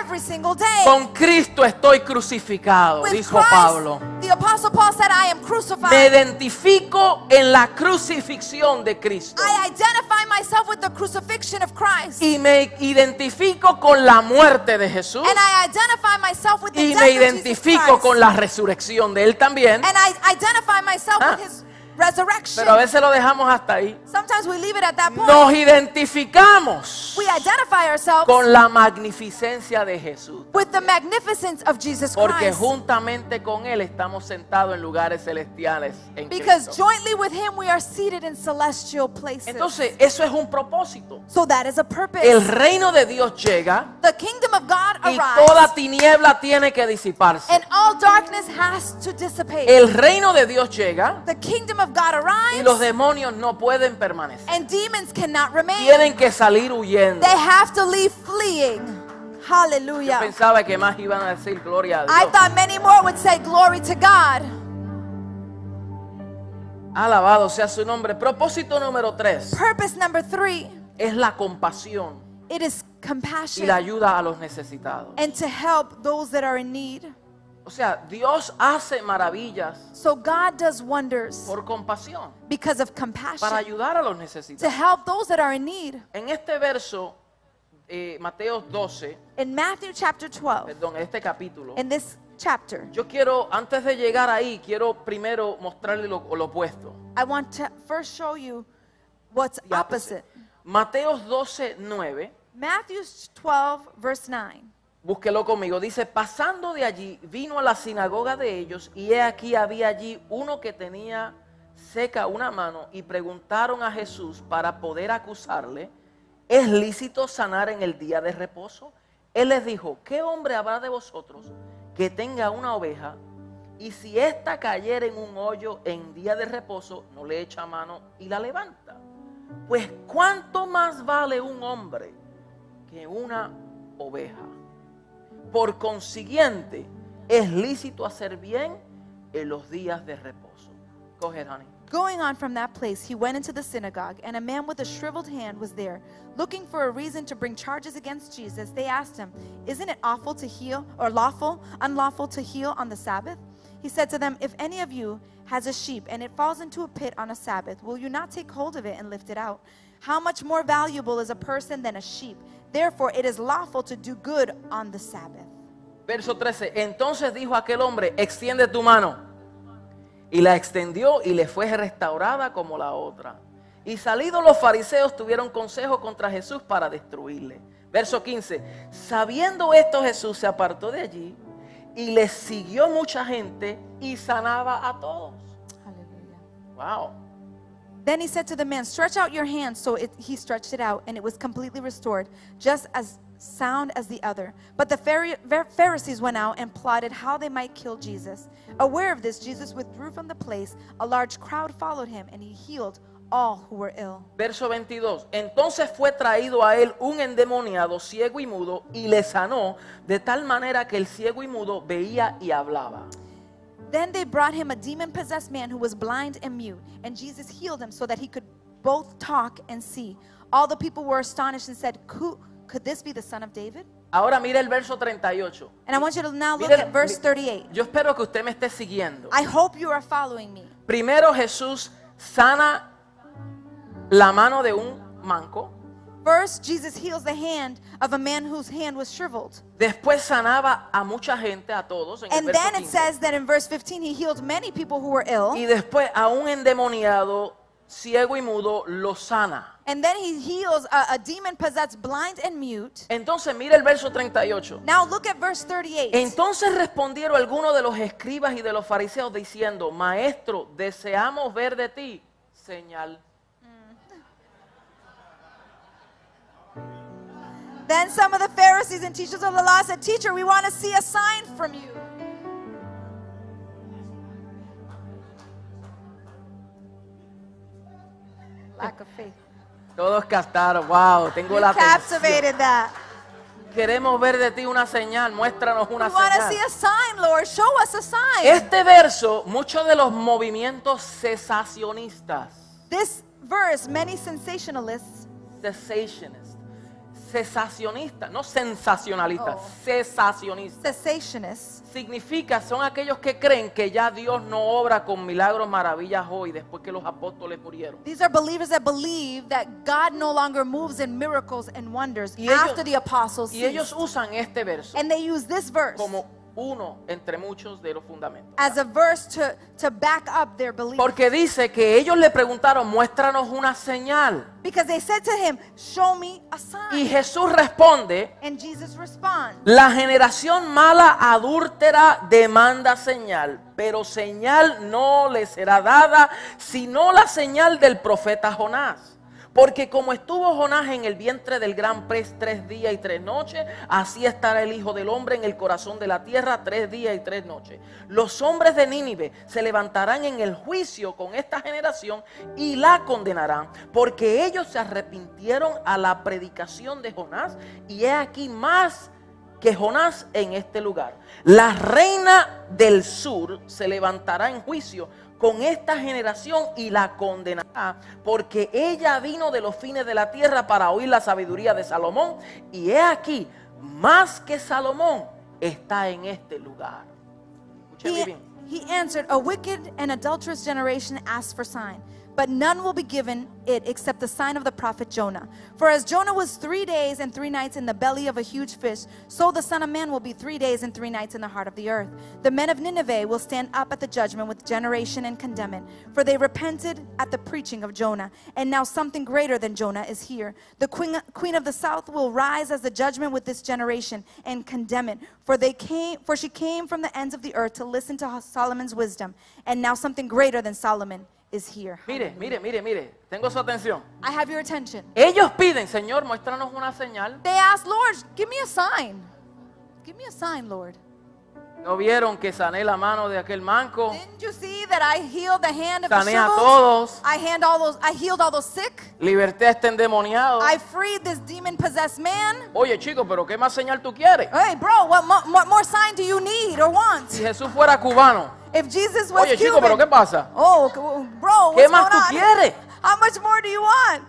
S2: Every single day.
S1: Con Cristo estoy crucificado,
S2: With
S1: dijo
S2: Christ,
S1: Pablo.
S2: the apostle Paul said, I am
S1: Me
S2: crucified.
S1: identifico en la crucifixión de Cristo
S2: I identify myself with the crucifixion of Christ.
S1: y me identifico con la muerte de Jesús
S2: And I identify myself with the
S1: y me
S2: death of Jesus Christ.
S1: identifico con la resurrección de Él también.
S2: And I identify myself
S1: Ah.
S2: with his resurrection.
S1: Pero a veces lo dejamos hasta ahí.
S2: Sometimes we leave it at that point.
S1: Nos identificamos
S2: We identify ourselves
S1: con la magnificencia de Jesús.
S2: with the magnificence of Jesus
S1: Porque
S2: Christ.
S1: juntamente con Él estamos sentados en lugares celestiales. En
S2: Because
S1: Cristo.
S2: jointly with him we are seated in celestial places.
S1: Entonces, eso es un propósito.
S2: so that is a purpose.
S1: El reino de Dios llega
S2: the kingdom of God
S1: y
S2: arrives
S1: toda tiniebla tiene que disiparse.
S2: and all darkness has to dissipate.
S1: El reino de Dios llega
S2: the kingdom of God
S1: y
S2: arrives
S1: los demonios no pueden permanecer.
S2: and demons cannot remain.
S1: Tienen que salir huyendo.
S2: They have to leave fleeing.
S1: Yo
S2: Hallelujah.
S1: pensaba que más iban a decir gloria a
S2: I
S1: Dios.
S2: thought many more would say glory to God.
S1: Alabado sea su nombre. Propósito número tres
S2: Purpose number three,
S1: es la compasión
S2: it is
S1: y la
S2: compassion
S1: ayuda a los necesitados.
S2: and to help those that are in need.
S1: O sea, Dios hace maravillas
S2: So God does wonders
S1: por compasión,
S2: because of
S1: para
S2: compassion
S1: ayudar a los
S2: to
S1: necesitados.
S2: help those that are in need.
S1: En este verso, eh, Mateo 12,
S2: In Matthew chapter 12,
S1: perdón, en este capítulo,
S2: in this chapter,
S1: yo quiero, antes de llegar ahí, quiero primero mostrarle lo, lo opuesto.
S2: I want to first show you what's
S1: The
S2: opposite.
S1: opposite. Mateo 12, 9,
S2: Matthew 12, verse 9.
S1: búsquelo conmigo, dice, pasando de allí, vino a la sinagoga de ellos y he aquí había allí uno que tenía seca una mano y preguntaron a Jesús para poder acusarle, ¿es lícito sanar en el día de reposo? Él les dijo, ¿qué hombre habrá de vosotros que tenga una oveja y si ésta cayera en un hoyo en día de reposo, no le echa mano y la levanta? Pues cuánto más vale un hombre que una oveja. Por consiguiente, es lícito hacer bien en los días de reposo. Go ahead, honey.
S2: Going on from that place, he went into the synagogue, and a man with a shriveled hand was there. Looking for a reason to bring charges against Jesus, they asked him, Isn't it awful to heal, or lawful, unlawful to heal on the Sabbath? He said to them, If any of you has a sheep and it falls into a pit on a Sabbath, will you not take hold of it and lift it out? How much more valuable is a person than a sheep? Therefore, it is lawful to do good on the Sabbath.
S1: Verso 13. Entonces dijo aquel hombre, extiende tu mano. Y la extendió y le fue restaurada como la otra. Y salidos los fariseos tuvieron consejo contra Jesús para destruirle. Verso 15. Sabiendo esto Jesús se apartó de allí y le siguió mucha gente y sanaba a todos.
S2: Hallelujah.
S1: Wow.
S2: Then he said to the man, Stretch out your hand. So it, he stretched it out, and it was completely restored, just as sound as the other. But the Phari- Ver- Pharisees went out and plotted how they might kill Jesus. Aware of this, Jesus withdrew from the place. A large crowd followed him, and he healed all who were ill.
S1: Verso 22. Entonces fue traído a él un endemoniado ciego y mudo y le sanó de tal manera que el ciego y mudo veía y hablaba.
S2: Then they brought him a demon possessed man who was blind and mute, and Jesus healed him so that he could both talk and see. All the people were astonished and said, Who, Could this be the son of David?
S1: Ahora mira el verso 38.
S2: And I want you to now look
S1: Mira-
S2: at verse 38.
S1: Yo espero que usted me esté siguiendo.
S2: I hope you are following me.
S1: Primero Jesús sana la mano de un manco.
S2: First, Jesus heals the hand of a man whose hand was shriveled.
S1: Después sanaba a mucha gente, a todos. En el
S2: And
S1: verso
S2: then it
S1: 15.
S2: says that in verse 15, he healed many people who were ill.
S1: Y después a un endemoniado ciego y mudo lo sana.
S2: And then he heals a, a demon possessed blind and mute.
S1: Entonces mira el verso 38.
S2: Now look at verse 38.
S1: Entonces respondieron algunos de los escribas y de los fariseos diciendo, Maestro, deseamos ver de ti señal.
S2: Then some of the Pharisees and teachers of the law said, Teacher, we want to see a sign from you. Lack of faith.
S1: Todos captaron, wow, tengo
S2: You
S1: la atención.
S2: captivated that.
S1: Queremos ver de ti una señal, muéstranos
S2: We
S1: una
S2: want
S1: señal.
S2: to see a sign, Lord. Show us a sign.
S1: Este verso, muchos de los movimientos cesacionistas,
S2: This verse, many sensationalists,
S1: cessationists, cesacionistas, no sensacionalistas,
S2: Oh.
S1: cesacionistas,
S2: cessationists,
S1: significa, son aquellos que creen que ya Dios no obra con milagros, maravillas hoy, después que los apóstoles murieron.
S2: these are believers that believe that God no longer moves in miracles and wonders
S1: Y ellos-
S2: after the apostles.
S1: Y ellos
S2: ceased.
S1: usan este verso
S2: And they use this verse
S1: como uno entre muchos de los fundamentos.
S2: as a verse to, to back up their belief.
S1: Porque dice que ellos le preguntaron, muéstranos una señal.
S2: Because they said to him, Show me a
S1: Y
S2: sign.
S1: Jesús responde,
S2: And Jesus responds,
S1: la generación mala adúltera demanda señal, pero señal no le será dada, sino la señal del profeta Jonás. Porque como estuvo Jonás en el vientre del gran pez tres días y tres noches, así estará el Hijo del Hombre en el corazón de la tierra tres días y tres noches. Los hombres de Nínive se levantarán en el juicio con esta generación y la condenarán, porque ellos se arrepintieron a la predicación de Jonás y he aquí más que Jonás en este lugar. La reina del sur se levantará en juicio con esta generación y la condenará, porque ella vino de los fines de la tierra para oír la sabiduría de Salomón, y he aquí, más que Salomón está en este lugar. Escuche muy
S2: he,
S1: bien.
S2: he answered, A wicked and adulterous generation asks for sign, but none will be given it except the sign of the prophet Jonah. For as Jonah was three days and three nights in the belly of a huge fish, so the Son of Man will be three days and three nights in the heart of the earth. The men of Nineveh will stand up at the judgment with generation and condemn it, for they repented at the preaching of Jonah. And now something greater than Jonah is here. The queen, queen of the south will rise as the judgment with this generation and condemn it, for they came, for she came from the ends of the earth to listen to Solomon's wisdom. And now something greater than Solomon is here.
S1: Mire, mire, mire, mire, tengo su atención.
S2: I have your attention.
S1: Ellos piden, Señor, muéstranos una señal.
S2: They asked, Lord, give me a sign. Give me a sign, Lord.
S1: No vieron que sané la mano de aquel manco,
S2: Didn't you see that I healed the hand of the
S1: sané a
S2: shriveled?
S1: todos,
S2: I hand all those. I healed all those sick.
S1: liberté a este endemoniado.
S2: I freed this demon-possessed man.
S1: Oye, chico, pero ¿qué más señal tú quieres?
S2: Hey, bro, what mo- what more sign do you need or
S1: Si
S2: want?
S1: Jesús fuera cubano.
S2: If Jesus was
S1: Oye, chico,
S2: Cuban,
S1: pero ¿qué pasa?
S2: oh, c- oh, bro,
S1: ¿Qué
S2: what's
S1: más tú
S2: going on?
S1: quieres?
S2: How much more do you want?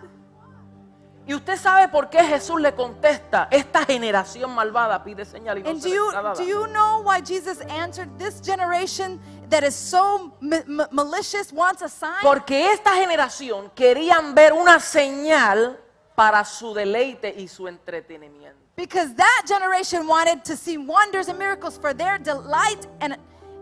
S1: Y usted sabe por qué Jesús le contesta, esta generación malvada pide señal y no
S2: And
S1: se
S2: do
S1: le
S2: you
S1: será dada.
S2: do you know why Jesus answered this generation that is so ma- ma- malicious wants a sign?
S1: Porque esta generación querían ver una señal para su deleite y su entretenimiento.
S2: Because that generation wanted to see wonders and miracles for their delight and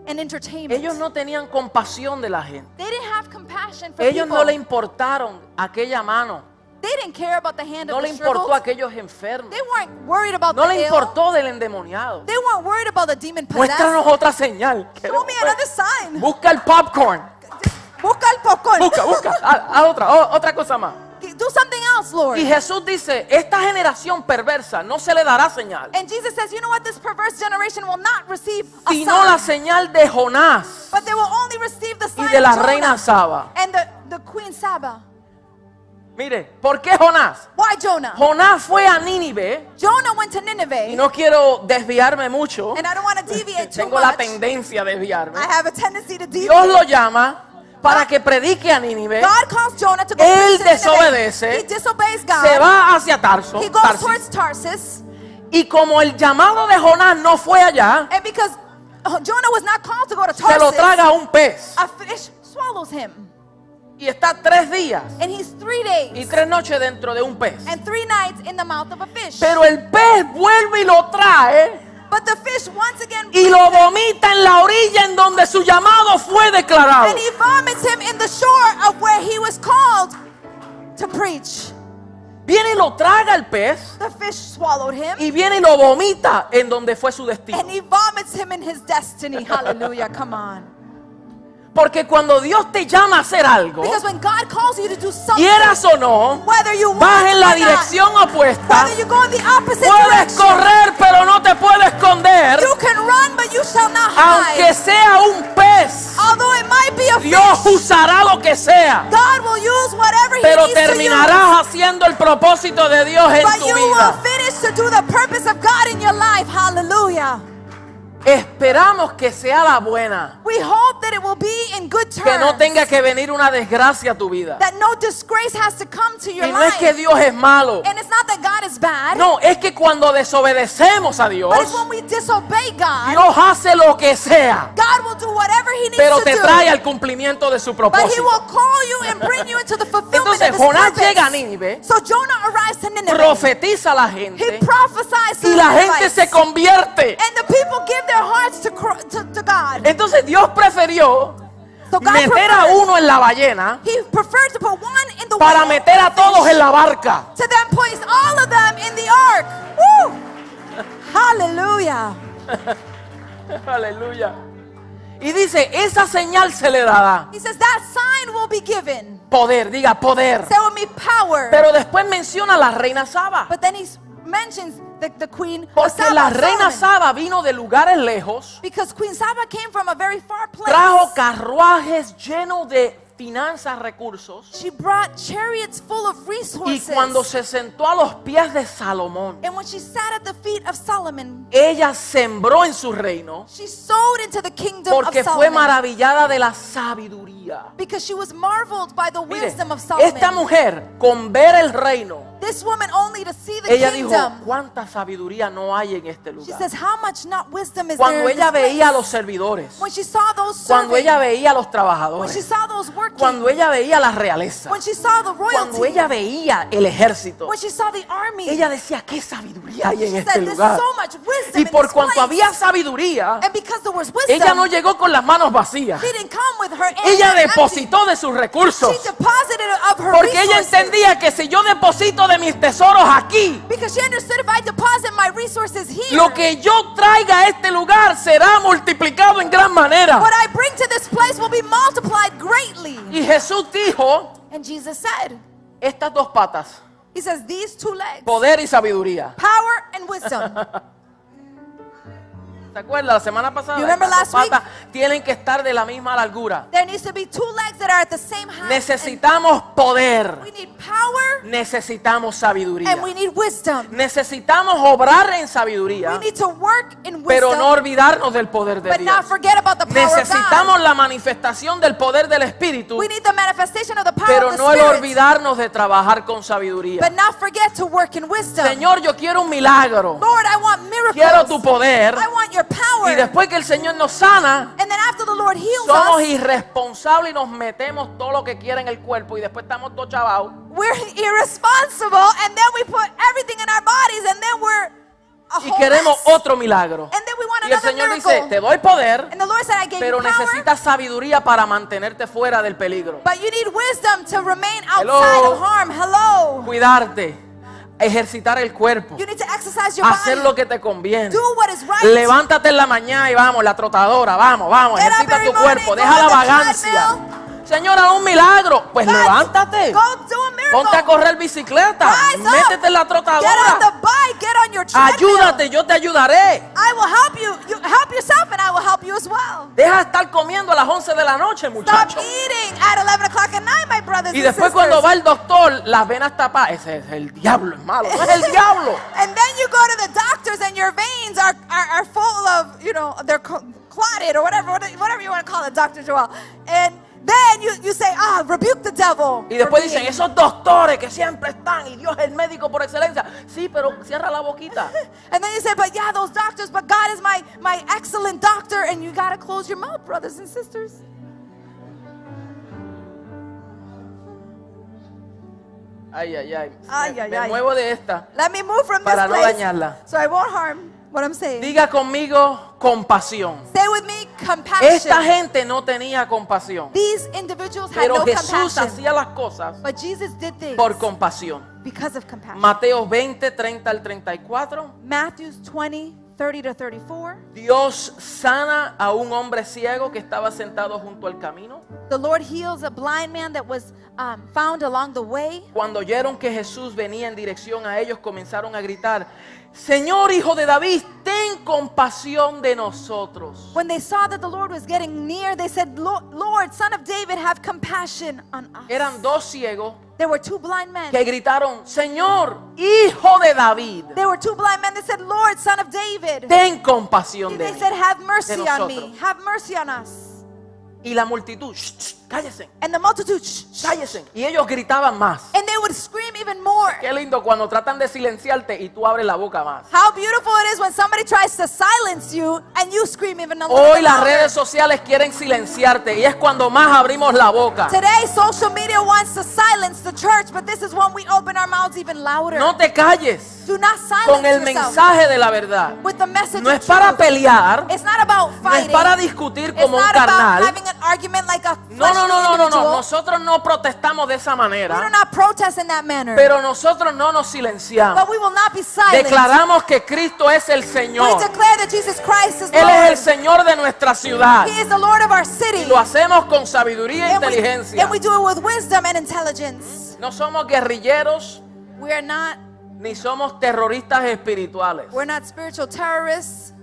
S2: and entertainment.
S1: Ellos no tenían compasión de la gente.
S2: they didn't have compassion for
S1: Ellos
S2: people.
S1: no le importaron aquella mano.
S2: they didn't care about the hand
S1: No
S2: of
S1: le
S2: the
S1: importó a
S2: shriveled.
S1: aquellos enfermos.
S2: They weren't worried about
S1: No
S2: the
S1: le
S2: ill.
S1: importó del endemoniado.
S2: They weren't worried about the demon
S1: Muéstranos
S2: possessed.
S1: otra señal.
S2: Show me another sign.
S1: Busca el popcorn.
S2: Busca el popcorn.
S1: Busca, busca. Haz haz otra, o- otra cosa más.
S2: Do something else, Lord.
S1: Y Jesús dice, esta generación perversa no se le dará señal,
S2: And Jesus says, you know what? This perverse generation will not receive a
S1: sino la
S2: sign,
S1: señal de Jonás
S2: but they will only receive the sign
S1: y de
S2: of
S1: la
S2: Jonah
S1: reina Saba.
S2: and the, the queen Saba.
S1: Mire, ¿por qué Jonás?
S2: Why Jonah?
S1: Jonás fue a Nínive,
S2: Jonah went to
S1: y
S2: Nineveh,
S1: no quiero desviarme mucho,
S2: and I don't want to deviate too
S1: tengo la
S2: much.
S1: tendencia a desviarme.
S2: I have a tendency to deviate.
S1: Dios lo llama para que predique a Nínive,
S2: God calls Jonah to go
S1: Él
S2: preach to Nineveh.
S1: desobedece.
S2: He disobeys
S1: se
S2: God.
S1: va hacia Tarso,
S2: He goes
S1: Tarsis,
S2: towards Tarsus,
S1: y como el llamado de Jonás no fue allá,
S2: and because uh, Jonah was not called to go to
S1: se lo
S2: Tarsus,
S1: traga un pez.
S2: a fish swallows him,
S1: Y está tres días
S2: and he's three
S1: y
S2: days
S1: tres noches dentro de un pez.
S2: and three nights in the mouth of a fish.
S1: Pero el pez vuelve y lo trae
S2: But the fish once again
S1: y lo vomita en la orilla en donde su llamado fue declarado.
S2: and he vomits him in the shore of where he was called to preach.
S1: Viene y lo traga el pez
S2: The fish swallowed him
S1: y viene y lo vomita en donde fue su
S2: and
S1: destino.
S2: he vomits him in his destiny. Hallelujah. Come on.
S1: Porque cuando Dios te llama a hacer algo,
S2: Because when God calls you to do something,
S1: quieras o no,
S2: whether you want
S1: vas
S2: it
S1: en
S2: or
S1: la
S2: not,
S1: dirección opuesta.
S2: whether you go in the opposite
S1: Puedes
S2: direction,
S1: correr, pero no te puedes esconder.
S2: you can run, but you shall not
S1: Aunque
S2: hide.
S1: sea un pez,
S2: Although it might be a
S1: Dios
S2: fish,
S1: usará lo que sea.
S2: God will use whatever he
S1: Pero
S2: needs to use.
S1: terminarás haciendo el propósito de Dios en
S2: But
S1: tu
S2: you will
S1: vida.
S2: finish to do the purpose of God in your life. Hallelujah.
S1: Esperamos que sea la buena,
S2: We hope that it will be in good terms.
S1: que no tenga que venir una desgracia a tu vida.
S2: that no disgrace has to come to your
S1: Y no es
S2: life.
S1: que Dios es malo,
S2: and it's not that God is bad,
S1: no, es que cuando desobedecemos a Dios,
S2: but it's when we disobey God,
S1: Dios hace lo que sea,
S2: God will do whatever He needs
S1: pero
S2: to
S1: te
S2: do.
S1: trae al cumplimiento de su
S2: but He
S1: propósito.
S2: will call you and bring you into the fulfillment
S1: Entonces,
S2: of His
S1: Jonás
S2: purpose.
S1: llega a Nínive,
S2: so Jonah arrives to Nineveh.
S1: Profetiza a la
S2: he
S1: gente
S2: prophesies to
S1: y
S2: the
S1: la gente
S2: Ninevites.
S1: se convierte.
S2: and the people give their hearts to, cro- to, to God.
S1: Entonces Dios prefirió
S2: So God
S1: meter a
S2: preferred-
S1: uno en la ballena
S2: He preferred to put one in the
S1: para
S2: whale
S1: meter a todos en la barca.
S2: to then place all of them in the ark. Woo! Hallelujah.
S1: Aleluya. Y dice, esa señal se le dará
S2: He says that sign will be given.
S1: poder, diga poder.
S2: There will be power.
S1: Pero después menciona a la reina Saba.
S2: but then he s- mentions the, the queen of
S1: Porque
S2: Saba,
S1: la reina
S2: Solomon.
S1: Saba vino de lugares lejos,
S2: Because Queen Saba came from a very far place.
S1: trajo carruajes llenos de finanzas, recursos.
S2: she brought chariots full of
S1: Y
S2: resources.
S1: cuando se sentó a los pies de Salomón,
S2: and when she sat at the feet of Solomon,
S1: ella sembró en su reino
S2: she sowed into the kingdom
S1: porque
S2: of
S1: fue
S2: Solomon.
S1: maravillada de la sabiduría.
S2: because she was marveled by the
S1: Mire,
S2: wisdom of Solomon.
S1: esta mujer con ver el reino,
S2: this woman only to see the
S1: ella dijo,
S2: kingdom.
S1: ¿cuánta sabiduría no hay en este
S2: She
S1: lugar?
S2: says, how much not wisdom is there
S1: Cuando
S2: in
S1: ella
S2: this
S1: veía a
S2: place?"
S1: los servidores,
S2: When she saw those
S1: cuando
S2: serving,
S1: ella veía a los
S2: when she
S1: trabajadores,
S2: saw those working,
S1: cuando ella veía la realeza,
S2: when she saw the royalty,
S1: cuando ella veía el ejército,
S2: when she saw the army,
S1: ella decía, qué sabiduría hay
S2: she
S1: en
S2: said,
S1: este
S2: there's
S1: lugar.
S2: so much wisdom
S1: Y
S2: in
S1: por
S2: this
S1: cuanto
S2: place.
S1: había sabiduría,
S2: And because there was wisdom,
S1: ella no llegó con las manos vacías.
S2: she didn't come with her hands
S1: Ella
S2: empty.
S1: depositó de sus recursos.
S2: She deposited of her
S1: Porque ella
S2: resources.
S1: entendía que si yo deposito de mis tesoros aquí,
S2: Because she understood if I deposit my resources here,
S1: lo que yo traiga a este lugar será multiplicado en gran manera.
S2: what I bring to this place will be multiplied greatly.
S1: Y Jesús dijo,
S2: And Jesus said,
S1: estas dos patas,
S2: He says, these two legs,
S1: poder y sabiduría.
S2: power and wisdom.
S1: ¿Se acuerda? La semana pasada.
S2: You remember
S1: estas
S2: last
S1: patas tienen que estar de la misma largura.
S2: There needs to be two legs that are at the same height.
S1: Necesitamos
S2: And
S1: poder.
S2: we need power
S1: Necesitamos sabiduría.
S2: and we need wisdom.
S1: Necesitamos obrar en
S2: We
S1: sabiduría,
S2: need to work in wisdom,
S1: pero no olvidarnos del poder de
S2: but not
S1: Dios.
S2: forget about the power of God.
S1: Necesitamos la manifestación del poder del Espíritu,
S2: We need the manifestation of the power
S1: pero
S2: of the
S1: no el
S2: Spirit,
S1: olvidarnos de trabajar con sabiduría.
S2: but not forget to work in wisdom.
S1: Señor, yo quiero un milagro.
S2: Lord, I want miracles.
S1: Quiero tu poder.
S2: I want your power.
S1: Y después que el Señor nos sana,
S2: and then after the Lord heals
S1: Somos
S2: us,
S1: irresponsables y nos metemos todo lo que quiera en el cuerpo y después estamos todos chavados.
S2: we're irresponsible, and then we put everything in our bodies, and then we're a
S1: Y
S2: whole
S1: queremos
S2: mess.
S1: otro milagro.
S2: And then we want want
S1: Y el
S2: another
S1: Señor
S2: miracle.
S1: dice, te doy poder,
S2: and the Lord said, I gave
S1: pero
S2: you power,
S1: necesitas sabiduría para mantenerte fuera del peligro.
S2: but you need wisdom to remain outside
S1: Hello.
S2: of harm. Hello.
S1: Cuidarte, ejercitar el cuerpo,
S2: You need to exercise your
S1: hacer
S2: body.
S1: lo que te conviene.
S2: Do what is right.
S1: Levántate en la mañana y vamos, la trotadora, vamos, vamos,
S2: Get up
S1: ejercita
S2: every
S1: tu cuerpo,
S2: morning,
S1: deja la
S2: go on the
S1: vagancia. Señora, un milagro, pues
S2: God,
S1: levántate.
S2: Go do a miracle.
S1: Ponte a correr bicicleta,
S2: Rise up.
S1: métete en la
S2: Get on
S1: trotadora,
S2: the bike. Get on your treadmill.
S1: ayúdate, yo te ayudaré.
S2: I will help you. You help yourself, and I will help you as well.
S1: Deja de estar comiendo a las 11 de la noche,
S2: Stop
S1: muchacho.
S2: eating at 11 o'clock at night, my brothers
S1: Y
S2: and
S1: después
S2: sisters.
S1: cuando va el doctor, las venas tapadas. Ese es el diablo, es malo. No es el diablo.
S2: And then you go to the doctors, and your veins are, are, are full of, you know, they're cl- clotted or whatever, whatever you want to call it, Dr. Joel. And then you, you say, ah, rebuke the devil.
S1: Y
S2: for
S1: después
S2: being-
S1: dicen, esos doctores que siempre están y Dios es el médico por excelencia. Sí, pero cierra la boquita.
S2: And then you say, but yeah, those doctors, but God is my, my excellent doctor. And you got to close your mouth, brothers and sisters.
S1: Ay, ay, ay. Me-
S2: Ay, ay,
S1: me
S2: ay.
S1: muevo de esta.
S2: Let me move from this
S1: Para no
S2: place
S1: dañarla.
S2: so I won't harm what I'm saying.
S1: Diga conmigo compasión.
S2: Stay with me, compassion.
S1: Esta gente no tenía compasión.
S2: These individuals had
S1: Pero
S2: no
S1: Jesús
S2: compassion.
S1: hacía las cosas
S2: But Jesus did things
S1: por compasión.
S2: because of compassion.
S1: Mateo 20, 30 al 34.
S2: Matthews 20, 30 to 34.
S1: Dios sana a un hombre ciego que estaba sentado junto al camino.
S2: The Lord heals a blind man that was um, found along the way.
S1: Cuando oyeron que Jesús venía en dirección a ellos, comenzaron a gritar, Señor Hijo de David, ten compasión de nosotros.
S2: When they saw that the Lord was getting near, they said, "Lo- Lord, son of David, have compassion on us.
S1: Eran dos ciegos
S2: There were two blind men.
S1: que gritaron, Señor Hijo de David,
S2: There were two blind men that said, Lord, son of David.
S1: ten compasión de
S2: They
S1: mí.
S2: said, Have mercy
S1: de
S2: on me.
S1: nosotros.
S2: Have mercy on us.
S1: Y la multitud, "Shh, shh, cállense,
S2: And the multitude, shh, shh,
S1: cállense. Y ellos gritaban más.
S2: and they would scream even more.
S1: Qué lindo cuando tratan de silenciarte y tú abres la boca más.
S2: How beautiful it is when somebody tries to silence you and you scream even a little
S1: Hoy
S2: bit
S1: las
S2: louder.
S1: redes sociales quieren silenciarte y es cuando más abrimos la boca.
S2: Today, social media wants to silence the church, but this is when we open our mouths even louder.
S1: No te calles
S2: Do not silence
S1: con el
S2: yourself
S1: mensaje de la verdad.
S2: with the message
S1: No
S2: of
S1: es para
S2: truth.
S1: pelear,
S2: It's not about
S1: no es
S2: fighting.
S1: para discutir
S2: it's
S1: como un
S2: not about
S1: carnal.
S2: having an argument like a fleshly
S1: No, no, no, no, no,
S2: individual.
S1: no. Nosotros no protestamos de esa
S2: We do
S1: manera,
S2: not protest in that manner.
S1: pero nosotros no nos
S2: But
S1: silenciamos.
S2: we will not be silent.
S1: Declaramos que Cristo es el
S2: we
S1: Señor.
S2: declare that Jesus Christ is
S1: Él
S2: Lord.
S1: es el Señor de nuestra ciudad.
S2: He is the Lord of our city.
S1: Y lo hacemos con sabiduría e
S2: and, we,
S1: inteligencia.
S2: and we do it with wisdom and intelligence.
S1: No somos guerrilleros
S2: We are not
S1: ni somos terroristas espirituales,
S2: we're not spiritual terrorists.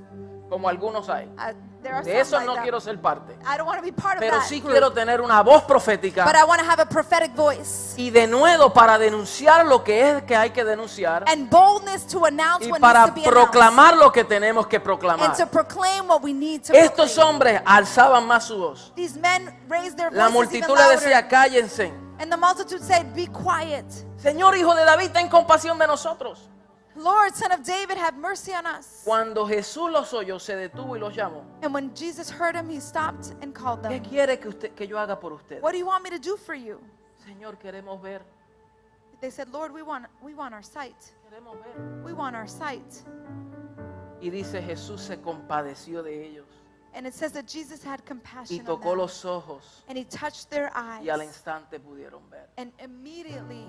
S1: como algunos hay.
S2: Uh, there are
S1: De
S2: some
S1: eso
S2: like
S1: no
S2: that.
S1: quiero ser parte.
S2: I don't want to be part of
S1: Pero
S2: that.
S1: sí
S2: group.
S1: quiero tener una voz
S2: but
S1: profética
S2: I want to have a prophetic voice
S1: y de nuevo para denunciar lo que es que hay que denunciar
S2: and boldness to announce
S1: y
S2: what
S1: para
S2: needs to be announced
S1: proclamar lo que tenemos que
S2: and
S1: proclamar.
S2: to proclaim what we need to
S1: Estos
S2: proclaim.
S1: hombres alzaban más su voz.
S2: These men raised their
S1: La
S2: voices even
S1: multitud le
S2: louder,
S1: decía, cállense.
S2: and the multitude said, "Be quiet,
S1: Señor Hijo de David, ten compasión de nosotros.
S2: Lord, Son of David, have mercy on us."
S1: Cuando Jesús los oyó, se detuvo y los llamó.
S2: And when Jesus heard him, he stopped and called
S1: ¿Qué
S2: them.
S1: quiere que, usted, que yo haga por usted?
S2: What do you want me to do for you?
S1: Señor, queremos ver.
S2: They said, Lord, we want, we want our sight.
S1: Queremos ver.
S2: We want our sight.
S1: Y dice, Jesús se compadeció de ellos
S2: And it says that Jesus had
S1: y
S2: compassion on
S1: tocó
S2: them.
S1: los ojos
S2: And he touched their
S1: y al
S2: eyes.
S1: instante pudieron ver.
S2: And immediately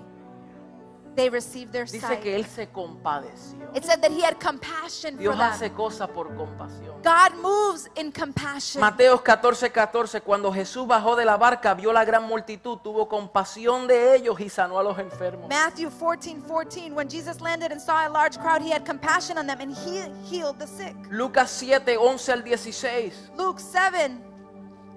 S2: they received their
S1: Dice que
S2: sight.
S1: él se compadeció.
S2: It said that he had compassion for
S1: Dios
S2: them.
S1: hace cosas por compasión.
S2: God moves in compassion.
S1: Mateo 14, 14, cuando Jesús bajó de la barca, vio la gran multitud, tuvo compasión de ellos y sanó a los enfermos.
S2: Matthew 14, 14, when Jesus landed and saw a large crowd, he had compassion on them and he healed the sick.
S1: Lucas 7, 11 al 16,
S2: Luke 7,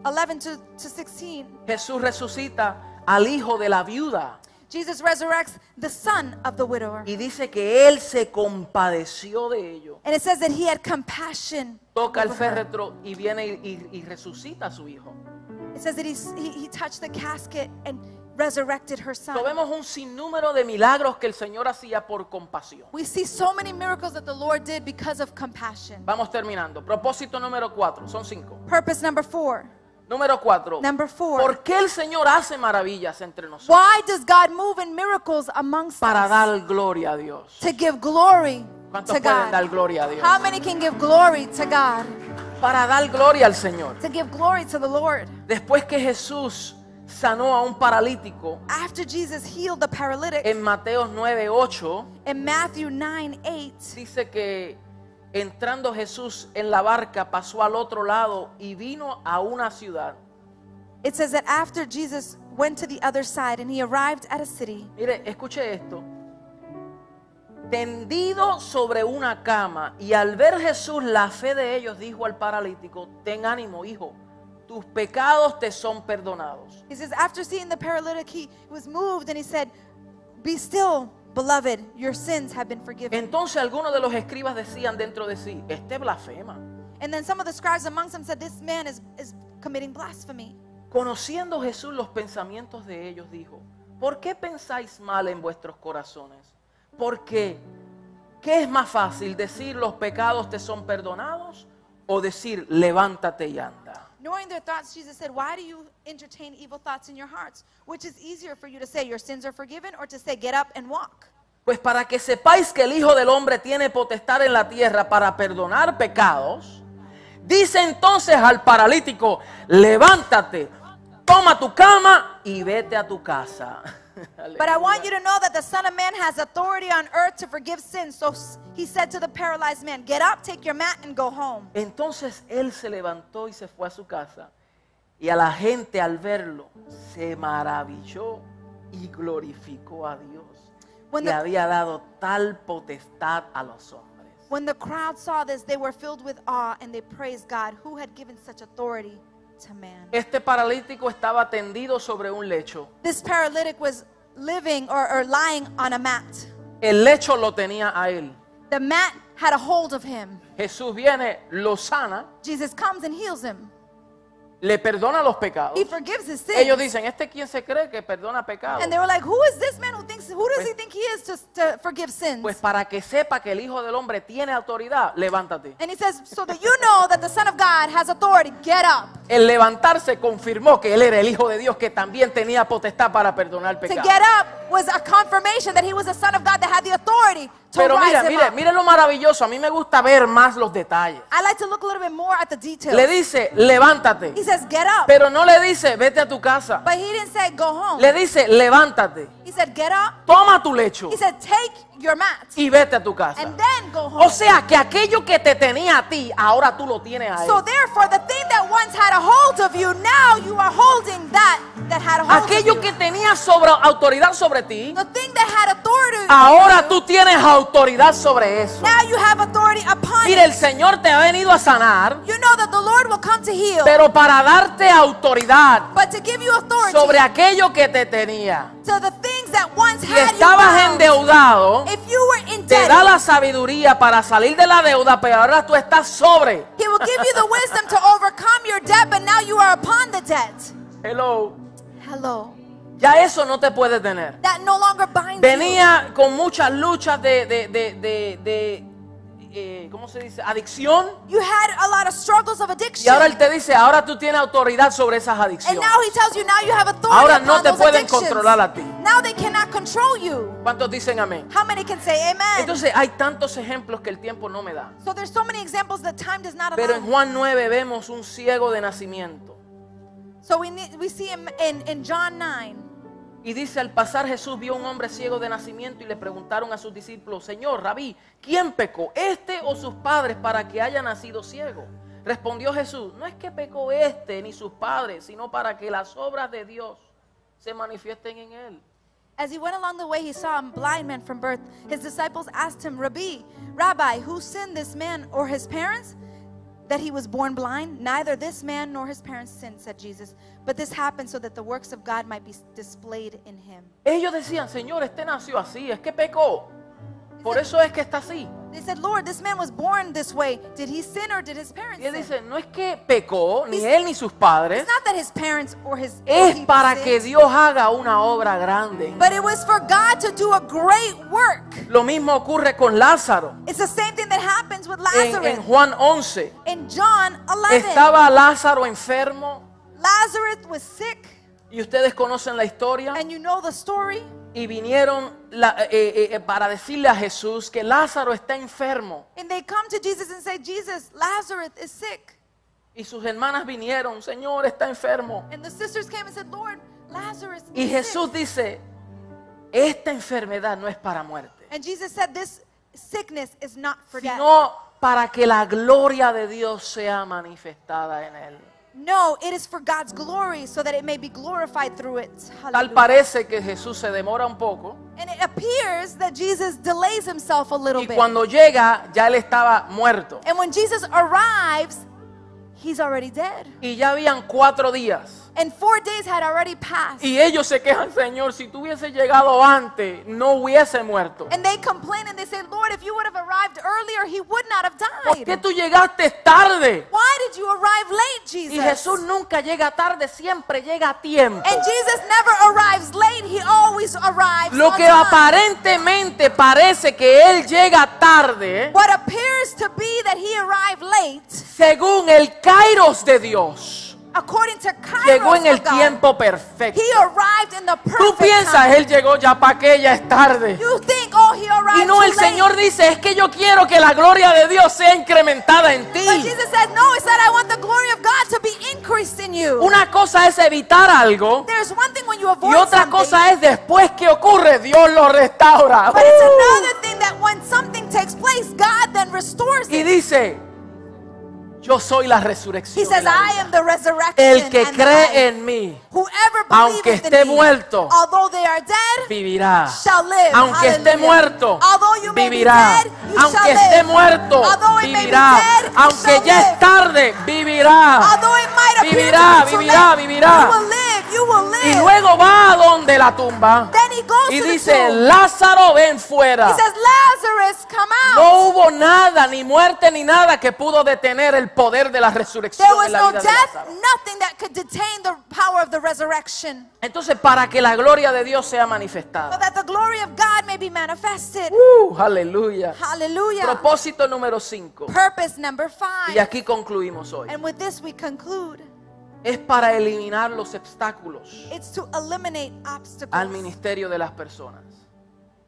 S2: 11 to, to 16,
S1: Jesús resucita al hijo de la viuda
S2: Jesus resurrects the son of the widower.
S1: y dice que él se compadeció de ellos.
S2: And it says that he had compassion.
S1: Toca el
S2: over her.
S1: féretro y viene y, y- y resucita a su hijo.
S2: It says that he, he, he touched the casket and resurrected her
S1: Lo
S2: son.
S1: vemos un sinnúmero de milagros que el Señor hacía por compasión.
S2: We see so many miracles that the Lord did because of compassion.
S1: Vamos terminando. Propósito número 4, son 5.
S2: Purpose number four.
S1: Número cuatro.
S2: Number four.
S1: ¿Por qué el Señor hace maravillas entre nosotros?
S2: Why does God move in miracles amongst
S1: Para
S2: us?
S1: dar gloria a Dios.
S2: To give glory
S1: ¿Cuántos
S2: to
S1: pueden
S2: God.
S1: dar gloria a Dios?
S2: How many can give glory to God?
S1: Para dar gloria al Señor.
S2: To give glory to the Lord.
S1: Después que Jesús sanó a un paralítico
S2: After Jesus healed the paralytic
S1: en Mateo 9:8,
S2: in Matthew 9 8,
S1: dice que entrando Jesús en la barca pasó al otro lado y vino a una ciudad.
S2: it says that after Jesus went to the other side and he arrived at a city,
S1: Mire, escuche esto. Tendido sobre una cama y al ver Jesús la fe de ellos dijo al paralítico, ten ánimo hijo, tus pecados te son perdonados.
S2: he says, after seeing the paralytic, he was moved and he said, Be still, beloved, your sins have been forgiven.
S1: Entonces algunos de los escribas decían dentro de sí, este blasfema.
S2: And then some of the scribes amongst them said, This man is, is committing blasphemy.
S1: Conociendo Jesús los pensamientos de ellos dijo, ¿por qué pensáis mal en vuestros corazones? ¿Por qué? ¿Qué es más fácil decir los pecados te son perdonados o decir levántate y anda?
S2: Knowing their thoughts, Jesus said, Why do you entertain evil thoughts in your hearts? Which is easier for you to say, Your sins are forgiven, or to say, Get up and walk?
S1: Pues para que sepáis que el Hijo del Hombre tiene potestad en la tierra para perdonar pecados, dice entonces al paralítico, levántate, toma tu cama y vete a tu casa.
S2: But I want you to know that the Son of Man has authority on earth to forgive sins. So s- he said to the paralyzed man, Get up, take your mat, and go home.
S1: Entonces él se levantó y se fue a su casa. Y a la gente al verlo se maravilló y glorificó a Dios
S2: When
S1: que
S2: the-
S1: había dado tal potestad a los hombres.
S2: When the crowd saw this, they were filled with awe and they praised God who had given such authority to man.
S1: Este paralítico estaba tendido sobre un lecho.
S2: This paralytic was living or, or lying on a mat.
S1: El lecho lo tenía a él.
S2: The mat had a hold of him.
S1: Jesús viene, lo sana,
S2: Jesus comes and heals him,
S1: le perdona los pecados.
S2: he forgives his sins.
S1: Ellos dicen, ¿este quién se cree que perdona pecados?
S2: And they were like, Who is this man who thinks, who does
S1: Pues-
S2: he think he is to, to forgive sins?
S1: Pues para que sepa que el Hijo del Hombre tiene autoridad, levántate.
S2: and he says, So that you know that the Son of God has authority, get up.
S1: El levantarse confirmó que él era el Hijo de Dios que también tenía potestad para perdonar
S2: To
S1: pecados.
S2: get up was a confirmation that he was the Son of God that had the authority to
S1: Pero
S2: rise
S1: mira,
S2: him
S1: mire,
S2: up.
S1: mire lo maravilloso. A mí me gusta ver más los detalles.
S2: I like to look a little bit more at the details.
S1: Le dice, levántate.
S2: he says, Get up.
S1: Pero no le dice, vete a tu casa.
S2: But he didn't say, Go home.
S1: Le dice, levántate,
S2: he said, Get up.
S1: toma tu lecho
S2: He said, Take your mat
S1: y vete a tu casa.
S2: and then go home.
S1: O sea que aquello que te tenía a ti, ahora tú lo tienes a él.
S2: so therefore, the thing that once had a hold of you, now you are holding that that had a hold
S1: Aquello
S2: of
S1: que tenía sobre, autoridad sobre ti,
S2: you. The thing that had authority,
S1: ahora tú tienes autoridad sobre eso.
S2: now you have authority upon
S1: Mira,
S2: it.
S1: el Señor te ha venido a sanar,
S2: You know that the Lord will come to heal,
S1: pero para darte autoridad
S2: but to give you authority
S1: sobre aquello que te tenía.
S2: to the things that once
S1: Si
S2: had you
S1: estabas
S2: bound.
S1: endeudado,
S2: If you were in
S1: te
S2: debt,
S1: da la sabiduría para salir de la deuda, pero ahora tú estás sobre.
S2: He will give you the wisdom to overcome your debt, but now you are upon the debt.
S1: Hello.
S2: Hello.
S1: Ya eso no te puede tener.
S2: That no longer binds you.
S1: Venía con muchas luchas de, de, de, de, de, eh, ¿cómo se dice? Adicción.
S2: You had a lot of struggles of addiction.
S1: Y ahora Él te dice, ahora tú tienes autoridad sobre esas
S2: and
S1: adicciones.
S2: now he tells you now you have authority
S1: Ahora
S2: upon
S1: no te
S2: those
S1: pueden
S2: addictions.
S1: controlar a ti.
S2: Now they cannot control you.
S1: ¿Cuántos dicen amén?
S2: How many can say amen?
S1: Entonces hay tantos ejemplos que el tiempo no me da.
S2: so there's so many examples that time does not
S1: Pero
S2: allow.
S1: en Juan 9 vemos un ciego de nacimiento.
S2: so we need, we see him in, in John 9.
S1: Y dice, al pasar Jesús vio a un hombre ciego de nacimiento y le preguntaron a sus discípulos, Señor, rabí, ¿quién pecó? ¿Este o sus padres para que haya nacido ciego? Respondió Jesús, no es que pecó este ni sus padres, sino para que las obras de Dios se manifiesten en él.
S2: As he went along the way, he saw a blind man from birth. His disciples asked him, Rabbi, Rabbi, who sinned this man or his parents? That he was born blind? Neither this man nor his parents sinned, said Jesus. But this happened so that the works of God might be displayed in him.
S1: Ellos decían, Señor, este nació así, es que pecó. Por eso es que está así.
S2: They said, Lord, this man was born this way. Did he sin or did his parents
S1: Y él
S2: sin?
S1: dice, no es que pecó, ni él ni sus padres.
S2: It's not that his parents or his
S1: Es
S2: people
S1: para
S2: sinned,
S1: que Dios haga una obra grande.
S2: but it was for God to do a great work.
S1: Lo mismo ocurre con Lázaro.
S2: It's the same thing that happens with
S1: En,
S2: Lazarus
S1: en Juan 11
S2: in John 11.
S1: estaba Lázaro enfermo
S2: Lazarus was sick.
S1: y ustedes conocen la historia.
S2: And you know the story.
S1: y vinieron la- eh, eh, eh, para decirle a Jesús que Lázaro está enfermo.
S2: And they come to Jesus and say, Jesus, Lazarus is sick.
S1: Y sus hermanas vinieron, Señor, está enfermo.
S2: And the sisters came and said, Lord, Lazarus
S1: Y
S2: is
S1: Jesús
S2: sick.
S1: dice, esta enfermedad no es para muerte,
S2: And Jesus said, This sickness is not for death.
S1: sino para que la gloria de Dios sea manifestada en él.
S2: No, it is for God's glory so that it may be glorified through it.
S1: Tal
S2: Hallelujah.
S1: parece que Jesús se demora un poco
S2: And it appears that Jesus delays himself a little
S1: y
S2: bit.
S1: cuando llega ya él estaba muerto.
S2: And when Jesus arrives, he's already dead.
S1: Y ya habían cuatro días.
S2: And four days had already passed.
S1: Y ellos se quejan, Señor, si tú hubiese llegado antes, no hubiese muerto.
S2: And they complain and they say, Lord, if you would have arrived earlier, he would not have
S1: ¿Por qué
S2: died.
S1: tú llegaste tarde?
S2: Why did you arrive late,
S1: Y
S2: Jesus?
S1: Jesús nunca llega tarde, siempre llega a tiempo.
S2: And Jesus never arrives late, he always arrives.
S1: Lo
S2: on
S1: que
S2: time.
S1: aparentemente parece que él llega tarde,
S2: What appears to be that he arrived late,
S1: según el kairos de Dios,
S2: according to Kairos
S1: llegó en el
S2: of God,
S1: tiempo perfecto.
S2: He arrived in the
S1: Tú
S2: perfect time.
S1: piensas, él llegó ya para que ya es tarde.
S2: You think, oh, he arrived
S1: Y no,
S2: too
S1: el
S2: late.
S1: Señor dice, es que yo quiero que la gloria de Dios sea incrementada en
S2: But
S1: ti.
S2: Jesus said, no, it's that I want the glory of God to be increased in you.
S1: Una cosa es evitar algo
S2: There's one thing when you
S1: y
S2: avoid
S1: otra
S2: something,
S1: cosa es después que ocurre, Dios lo restaura.
S2: but it's
S1: ¡Uh!
S2: another thing that when something takes place, God then restores
S1: Y
S2: it.
S1: dice, yo soy la
S2: He
S1: resurrección. y
S2: says,
S1: la
S2: I
S1: vida.
S2: am the resurrection
S1: El que
S2: and the
S1: cree
S2: life.
S1: en mí
S2: Whoever
S1: aunque
S2: believeth
S1: esté
S2: in me,
S1: muerto,
S2: although they are dead,
S1: vivirá.
S2: shall live.
S1: Aunque esté
S2: Hallelujah.
S1: muerto,
S2: Although you may be
S1: vivirá.
S2: dead, you shall
S1: Aunque esté
S2: live.
S1: muerto,
S2: Although it may be
S1: vivirá.
S2: dead, you
S1: Aunque
S2: shall
S1: ya
S2: live.
S1: es tarde, vivirá.
S2: Although it might appear
S1: Vivirá,
S2: to be too
S1: vivirá,
S2: late,
S1: vivirá.
S2: You will live, you will live.
S1: Y luego va a donde la tumba
S2: then he goes
S1: y
S2: to
S1: dice,
S2: the tomb.
S1: Lázaro, ven fuera.
S2: He says, Lazarus, come out.
S1: No hubo nada, ni muerte, ni nada que pudo detener el poder de la resurrección.
S2: there
S1: en
S2: was
S1: la
S2: no
S1: vida de
S2: death,
S1: Lázaro.
S2: nothing that could detain the power of the resurrection.
S1: Entonces, para que la gloria de Dios sea manifestada.
S2: So that the glory of God may be manifested.
S1: Uh, aleluya.
S2: Hallelujah.
S1: Propósito número 5.
S2: Purpose number
S1: Y
S2: five.
S1: aquí concluimos hoy.
S2: And with this we conclude.
S1: Es para eliminar los obstáculos
S2: It's to eliminate
S1: al
S2: obstacles.
S1: ministerio de las personas.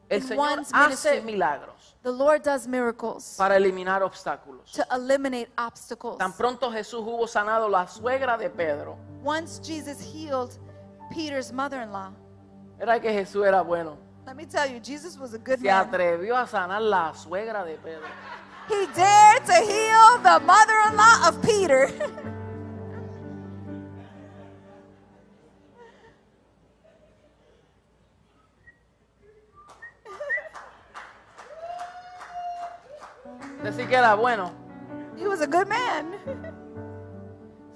S1: El
S2: In
S1: Señor
S2: one's
S1: hace
S2: ministry.
S1: milagros
S2: The Lord does miracles
S1: para eliminar obstáculos.
S2: to eliminate obstacles.
S1: Tan pronto Jesús hubo sanado la suegra de Pedro.
S2: Once Jesus healed Peter's mother-in-law.
S1: Era que Jesús era bueno.
S2: Let me tell you, Jesus was a good
S1: Se
S2: man.
S1: atrevió a sanar la suegra de Pedro.
S2: He dared to heal the mother-in-law of Peter.
S1: Decir que era bueno.
S2: he was a good man.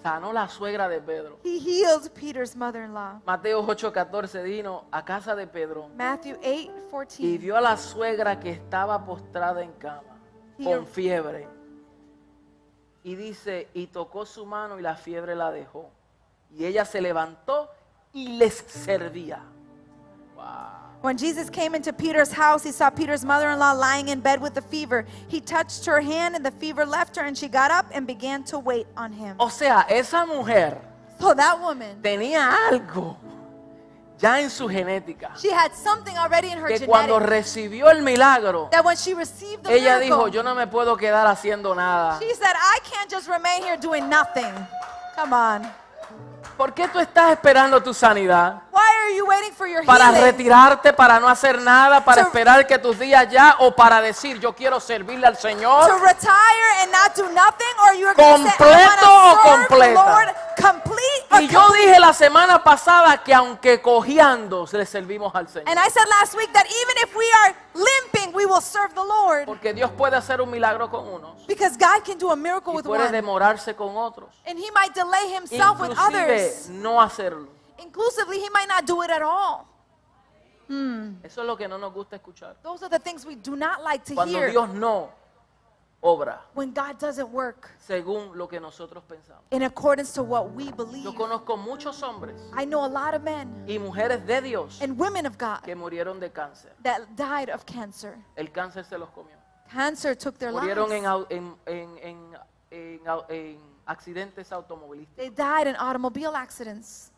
S1: Sanó la suegra de Pedro.
S2: He healed Peter's mother-in-law.
S1: Mateo 8:14 vino a casa de Pedro
S2: Matthew 8,
S1: y
S2: 14.
S1: vio a la suegra que estaba postrada en cama con fiebre. Y dice, y tocó su mano y la fiebre la dejó. Y ella se levantó y les servía.
S2: When Jesus came into Peter's house, he saw Peter's mother-in-law lying in bed with a fever. He touched her hand and the fever left her and she got up and began to wait on him.
S1: O sea, esa mujer
S2: So that woman,
S1: tenía algo ya en su genética.
S2: she had something already in her
S1: Que cuando
S2: genetics
S1: recibió el milagro,
S2: that when she received the
S1: ella dijo,
S2: miracle,
S1: yo no me puedo quedar haciendo nada.
S2: she said, I can't just remain here doing nothing. Come on.
S1: ¿Por qué tú estás esperando tu sanidad?
S2: Why are you waiting for your
S1: Para
S2: healing?
S1: retirarte, para no hacer nada, para
S2: To-
S1: esperar que tus días ya o para decir, yo quiero servirle al Señor.
S2: to retire and not do nothing or you're going to say,
S1: ¿Completo o
S2: "I wanna serve the
S1: completa?"
S2: Lord complete or
S1: Y yo dije la semana pasada que aunque cojeando le servimos al Señor.
S2: And I said last week that even if we are limping, we will serve the Lord
S1: Porque Dios puede hacer un milagro con unos
S2: because God can do a miracle
S1: y
S2: with
S1: puede
S2: one
S1: demorarse con otros.
S2: and he might delay himself with
S1: Inclusive
S2: others.
S1: no hacerlo.
S2: Inclusively, he might not do it at all. Hmm.
S1: Eso es lo que no nos gusta escuchar.
S2: Those are the things we do not like to
S1: Cuando
S2: hear
S1: Dios no obra
S2: when God doesn't work
S1: según lo que nosotros pensamos.
S2: in accordance to what we believe.
S1: Yo conozco muchos hombres
S2: I know a lot of men
S1: y mujeres de Dios
S2: and women of God
S1: que murieron de cáncer.
S2: that died of cancer.
S1: El cáncer se los comió.
S2: Cancer took their
S1: Murieron en,
S2: lives.
S1: au- en- en- en- en au- en accidentes automovilísticos.
S2: They died in automobile accidents.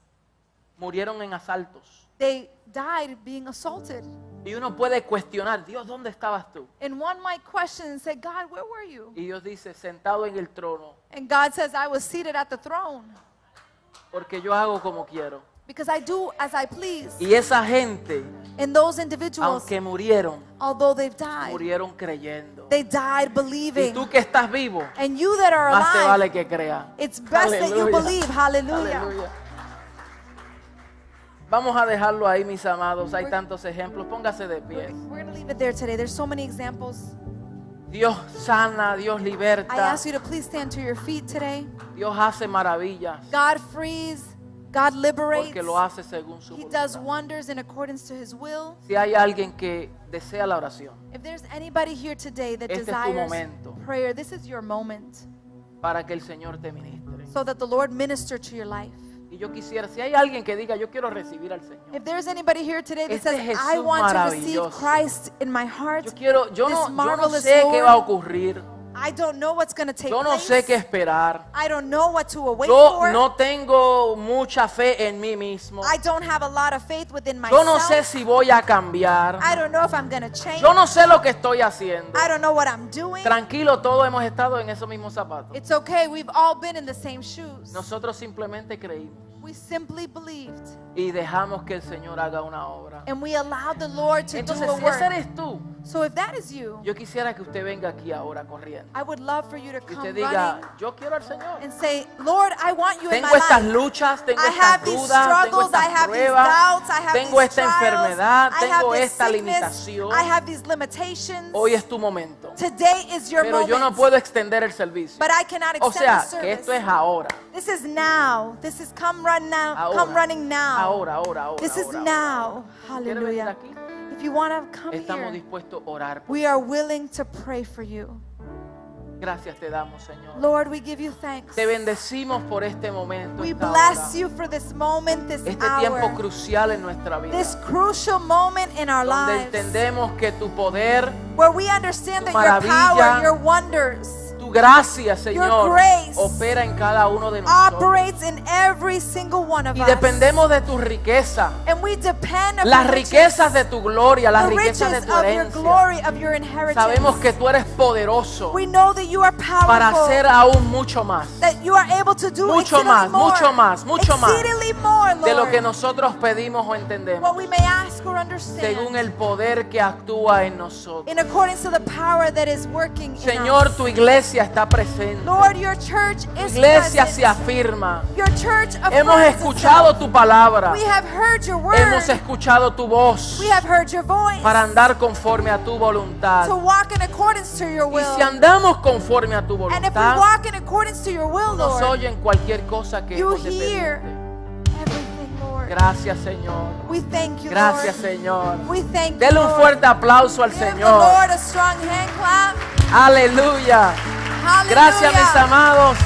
S1: murieron en asaltos.
S2: They died being assaulted.
S1: Y uno puede cuestionar, Dios, ¿dónde estabas tú?
S2: And one might question and say, God, where were you?
S1: Y Dios dice, sentado en el trono,
S2: And God says, I was seated at the throne
S1: porque yo hago como quiero.
S2: because I do as I please.
S1: Y esa gente,
S2: And those individuals,
S1: aunque murieron,
S2: although they've died,
S1: murieron creyendo.
S2: they died
S1: Y
S2: believing.
S1: tú que estás vivo,
S2: And you that are
S1: más te
S2: alive,
S1: vale que creas.
S2: it's best that you
S1: Aleluya.
S2: believe. Hallelujah.
S1: Aleluya. Vamos a dejarlo ahí, mis amados. Hay tantos ejemplos. Póngase de pie.
S2: We're going to leave it there today. There's so many examples.
S1: Dios sana, Dios
S2: I
S1: liberta,
S2: ask you to please stand to your feet today.
S1: Dios hace maravillas
S2: God frees, God liberates.
S1: porque lo hace según su
S2: He does
S1: voluntad.
S2: wonders in accordance to his will.
S1: Si hay alguien que desea la oración
S2: If there's anybody here today that
S1: Este es tu
S2: desires
S1: momento.
S2: prayer, this is your moment
S1: para que el Señor te ministre.
S2: so that the Lord minister to your life.
S1: Y yo quisiera, si hay alguien que diga, yo quiero recibir al Señor.
S2: If there's anybody here today that
S1: Este
S2: says,
S1: Jesús
S2: I want to receive
S1: maravilloso.
S2: Christ in my heart,
S1: Yo quiero, yo
S2: this
S1: no, yo no
S2: marvelous
S1: sé qué
S2: Lord,
S1: va a ocurrir.
S2: I don't know what's going to take
S1: Yo no
S2: place.
S1: sé qué esperar.
S2: I don't know what to await
S1: Yo
S2: for.
S1: no tengo mucha fe en mí mismo.
S2: I don't have a lot of faith within
S1: Yo
S2: myself.
S1: no sé si voy a cambiar.
S2: I don't know if I'm going to change.
S1: Yo no sé lo que estoy haciendo.
S2: I don't know what I'm doing.
S1: Tranquilo, todos hemos estado en esos mismos zapatos.
S2: It's okay. We've all been in the same shoes.
S1: Nosotros simplemente creímos
S2: We simply believed
S1: y dejamos que el Señor haga una obra.
S2: and we allowed the Lord to do
S1: Entonces,
S2: a
S1: si ese
S2: work.
S1: eres tú,
S2: So if that is you,
S1: yo quisiera que usted venga aquí ahora corriendo
S2: I would love for you to
S1: y
S2: come
S1: usted
S2: running
S1: diga, yo quiero al Señor.
S2: and say, Lord, I want you in my
S1: Tengo estas
S2: life.
S1: luchas, tengo
S2: I
S1: estas
S2: have these
S1: dudas, tengo
S2: struggles, I
S1: estas
S2: have these
S1: pruebas,
S2: doubts, I have
S1: tengo
S2: these
S1: esta
S2: trials,
S1: enfermedad,
S2: I have
S1: tengo
S2: this
S1: esta
S2: sickness, I
S1: limitación.
S2: have these limitations.
S1: Hoy es tu momento.
S2: Today is your
S1: Pero yo no
S2: moment,
S1: puedo extender el servicio.
S2: but I cannot
S1: O
S2: extend the
S1: sea, que esto es
S2: service.
S1: ahora.
S2: This is now. This is come run now.
S1: Ahora.
S2: Come running now.
S1: Ahora, ahora, ahora.
S2: This is
S1: ahora,
S2: now.
S1: ahora. ¿Quiere venir
S2: Hallelujah.
S1: aquí?
S2: If you want to come
S1: Estamos
S2: here,
S1: dispuestos a orar.
S2: we are willing to pray for you.
S1: Gracias te damos, Señor.
S2: Lord, we give you thanks.
S1: Te bendecimos por este momento.
S2: We
S1: esta
S2: bless
S1: hora,
S2: you for this moment, this
S1: Este tiempo
S2: hour,
S1: crucial en nuestra vida.
S2: this crucial moment in our
S1: Donde
S2: lives
S1: entendemos que tu poder,
S2: where we understand
S1: tu
S2: that your power,
S1: maravilla,
S2: your wonders
S1: tu gracia, Señor,
S2: grace
S1: opera en cada uno de nosotros.
S2: operates in every single one of
S1: Y
S2: us.
S1: dependemos de tu riqueza.
S2: And we depend
S1: Las
S2: upon
S1: riquezas de tu gloria, las
S2: the riches
S1: riquezas de
S2: of
S1: tu
S2: your
S1: herencia.
S2: glory, of your
S1: Sabemos
S2: inheritance.
S1: que tú eres poderoso
S2: We know that you are
S1: para
S2: powerful,
S1: hacer aún mucho más
S2: that you are able to do
S1: Mucho
S2: exceedingly
S1: más,
S2: more,
S1: mucho más, mucho más
S2: exceedingly more,
S1: de lo
S2: Lord,
S1: que nosotros pedimos o entendemos.
S2: what we may ask or understand,
S1: según el poder que actúa en nosotros.
S2: in accordance to the power that is working in us.
S1: Señor, tu iglesia está presente.
S2: Lord, your church
S1: Tu
S2: is
S1: iglesia se
S2: present.
S1: afirma.
S2: Your church affirms
S1: Hemos escuchado
S2: itself.
S1: tu palabra.
S2: We have heard your word.
S1: Hemos escuchado tu voz
S2: We have heard your voice.
S1: para andar conforme a tu voluntad.
S2: to walk in accordance to your
S1: Y
S2: will.
S1: si andamos conforme a tu
S2: and if we
S1: voluntad,
S2: walk in accordance to your will,
S1: nos
S2: Lord,
S1: oyen cualquier cosa que
S2: You
S1: hemos de
S2: hear.
S1: pedirte.
S2: everything, Lord.
S1: Gracias, Señor.
S2: we thank you,
S1: Gracias,
S2: Lord.
S1: Señor.
S2: We thank you,
S1: Dele un
S2: Lord.
S1: fuerte aplauso al
S2: Give the Lord
S1: Señor.
S2: a strong hand clap.
S1: Aleluya.
S2: Hallelujah.
S1: Gracias, mis amados.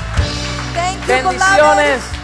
S2: Thank you,
S1: Bendiciones.
S2: beloved.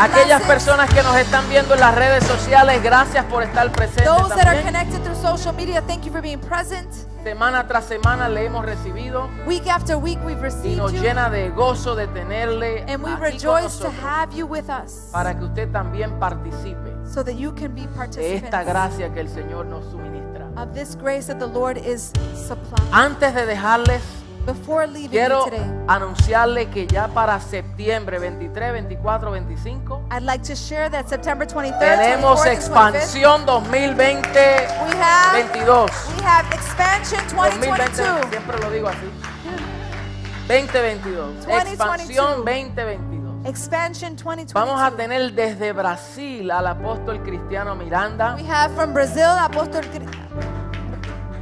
S1: Aquellas
S2: Blessings.
S1: personas que nos están viendo en las redes sociales, gracias por estar presentes.
S2: Those that are
S1: también.
S2: connected through social media, thank you for being present.
S1: Semana tras semana le hemos recibido
S2: Week after week, we've
S1: y
S2: received
S1: nos
S2: you,
S1: llena de gozo de tenerle
S2: and we
S1: aquí con
S2: rejoice to
S1: nosotros
S2: have you with us.
S1: para que usted también participe
S2: so that you can be
S1: de esta
S2: participants
S1: gracia que el Señor nos suministra.
S2: of this grace that the Lord is supplying.
S1: Antes de dejarles,
S2: Before leaving you
S1: quiero
S2: today,
S1: anunciarle que ya para septiembre 23, 24, 25
S2: I'd like to share that September 23rd,
S1: tenemos
S2: 24th, and 25th,
S1: expansión 2020.
S2: we have
S1: 22.
S2: we have expansion
S1: 2020,
S2: 2022,
S1: siempre lo digo así. 2022.
S2: 2022.
S1: Expansión 2022.
S2: expansion
S1: Vamos a
S2: 2022.
S1: tener desde Brasil al apóstol Cristiano Miranda.
S2: We have from Brazil Apóstol Cri-
S1: Cri-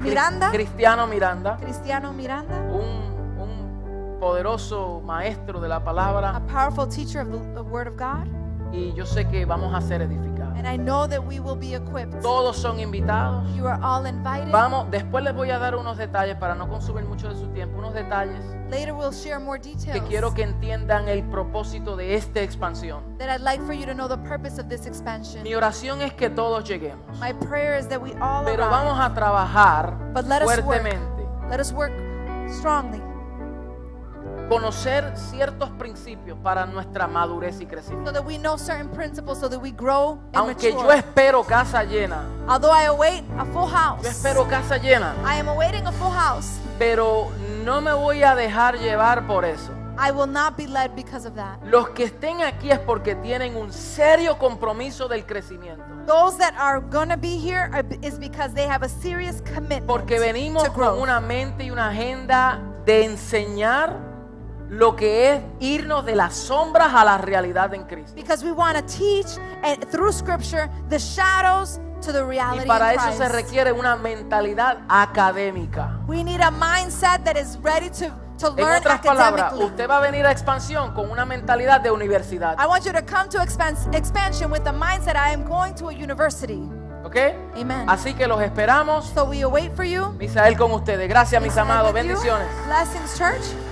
S2: Miranda,
S1: Cristiano Miranda,
S2: Cristiano Miranda,
S1: un, un poderoso maestro de la
S2: a
S1: palabra.
S2: powerful teacher of the, the Word of God,
S1: Y yo sé que vamos a ser edificados.
S2: and I know that we will be equipped.
S1: Todos son invitados.
S2: You are all invited.
S1: Vamos, después les voy a dar unos detalles para no consumir mucho de su tiempo. Unos detalles
S2: Later we'll share more
S1: que
S2: details.
S1: quiero que entiendan el propósito de esta expansión.
S2: that I'd like for you to know the purpose of this expansion.
S1: Mi oración es que todos lleguemos,
S2: My prayer is that we all
S1: pero
S2: arrive.
S1: vamos a trabajar
S2: But let us work.
S1: fuertemente
S2: Let us work strongly
S1: conocer ciertos principios para nuestra madurez y
S2: so
S1: crecimiento.
S2: that we know certain principles, so that we grow and
S1: Aunque
S2: mature.
S1: yo espero casa llena,
S2: Although I await a full
S1: yo
S2: house,
S1: espero casa llena,
S2: I am awaiting a full house.
S1: pero no me voy a dejar llevar por eso.
S2: I will not be led because of that.
S1: Los que estén aquí es porque tienen un serio compromiso del crecimiento.
S2: Those that are gonna be here are, is because they have a serious commitment
S1: Porque venimos
S2: to
S1: con
S2: growth.
S1: una mente y una agenda de enseñar lo que es irnos de las sombras a la realidad en Cristo.
S2: Because we want to teach and through Scripture the shadows to the reality.
S1: Y para
S2: in
S1: eso se
S2: Christ.
S1: requiere una mentalidad académica.
S2: We need a mindset that is ready to to
S1: En
S2: learn
S1: otras palabras,
S2: academically.
S1: usted va a venir a expansión con una mentalidad de universidad.
S2: I want you to come to expans- expansion with the mindset I am going to a university.
S1: ¿Ok?
S2: Amen.
S1: Así que los esperamos.
S2: So we await for you.
S1: Misael con ustedes. Gracias, mis
S2: Stand
S1: amados.
S2: with you.
S1: Bendiciones.
S2: Blessings, church.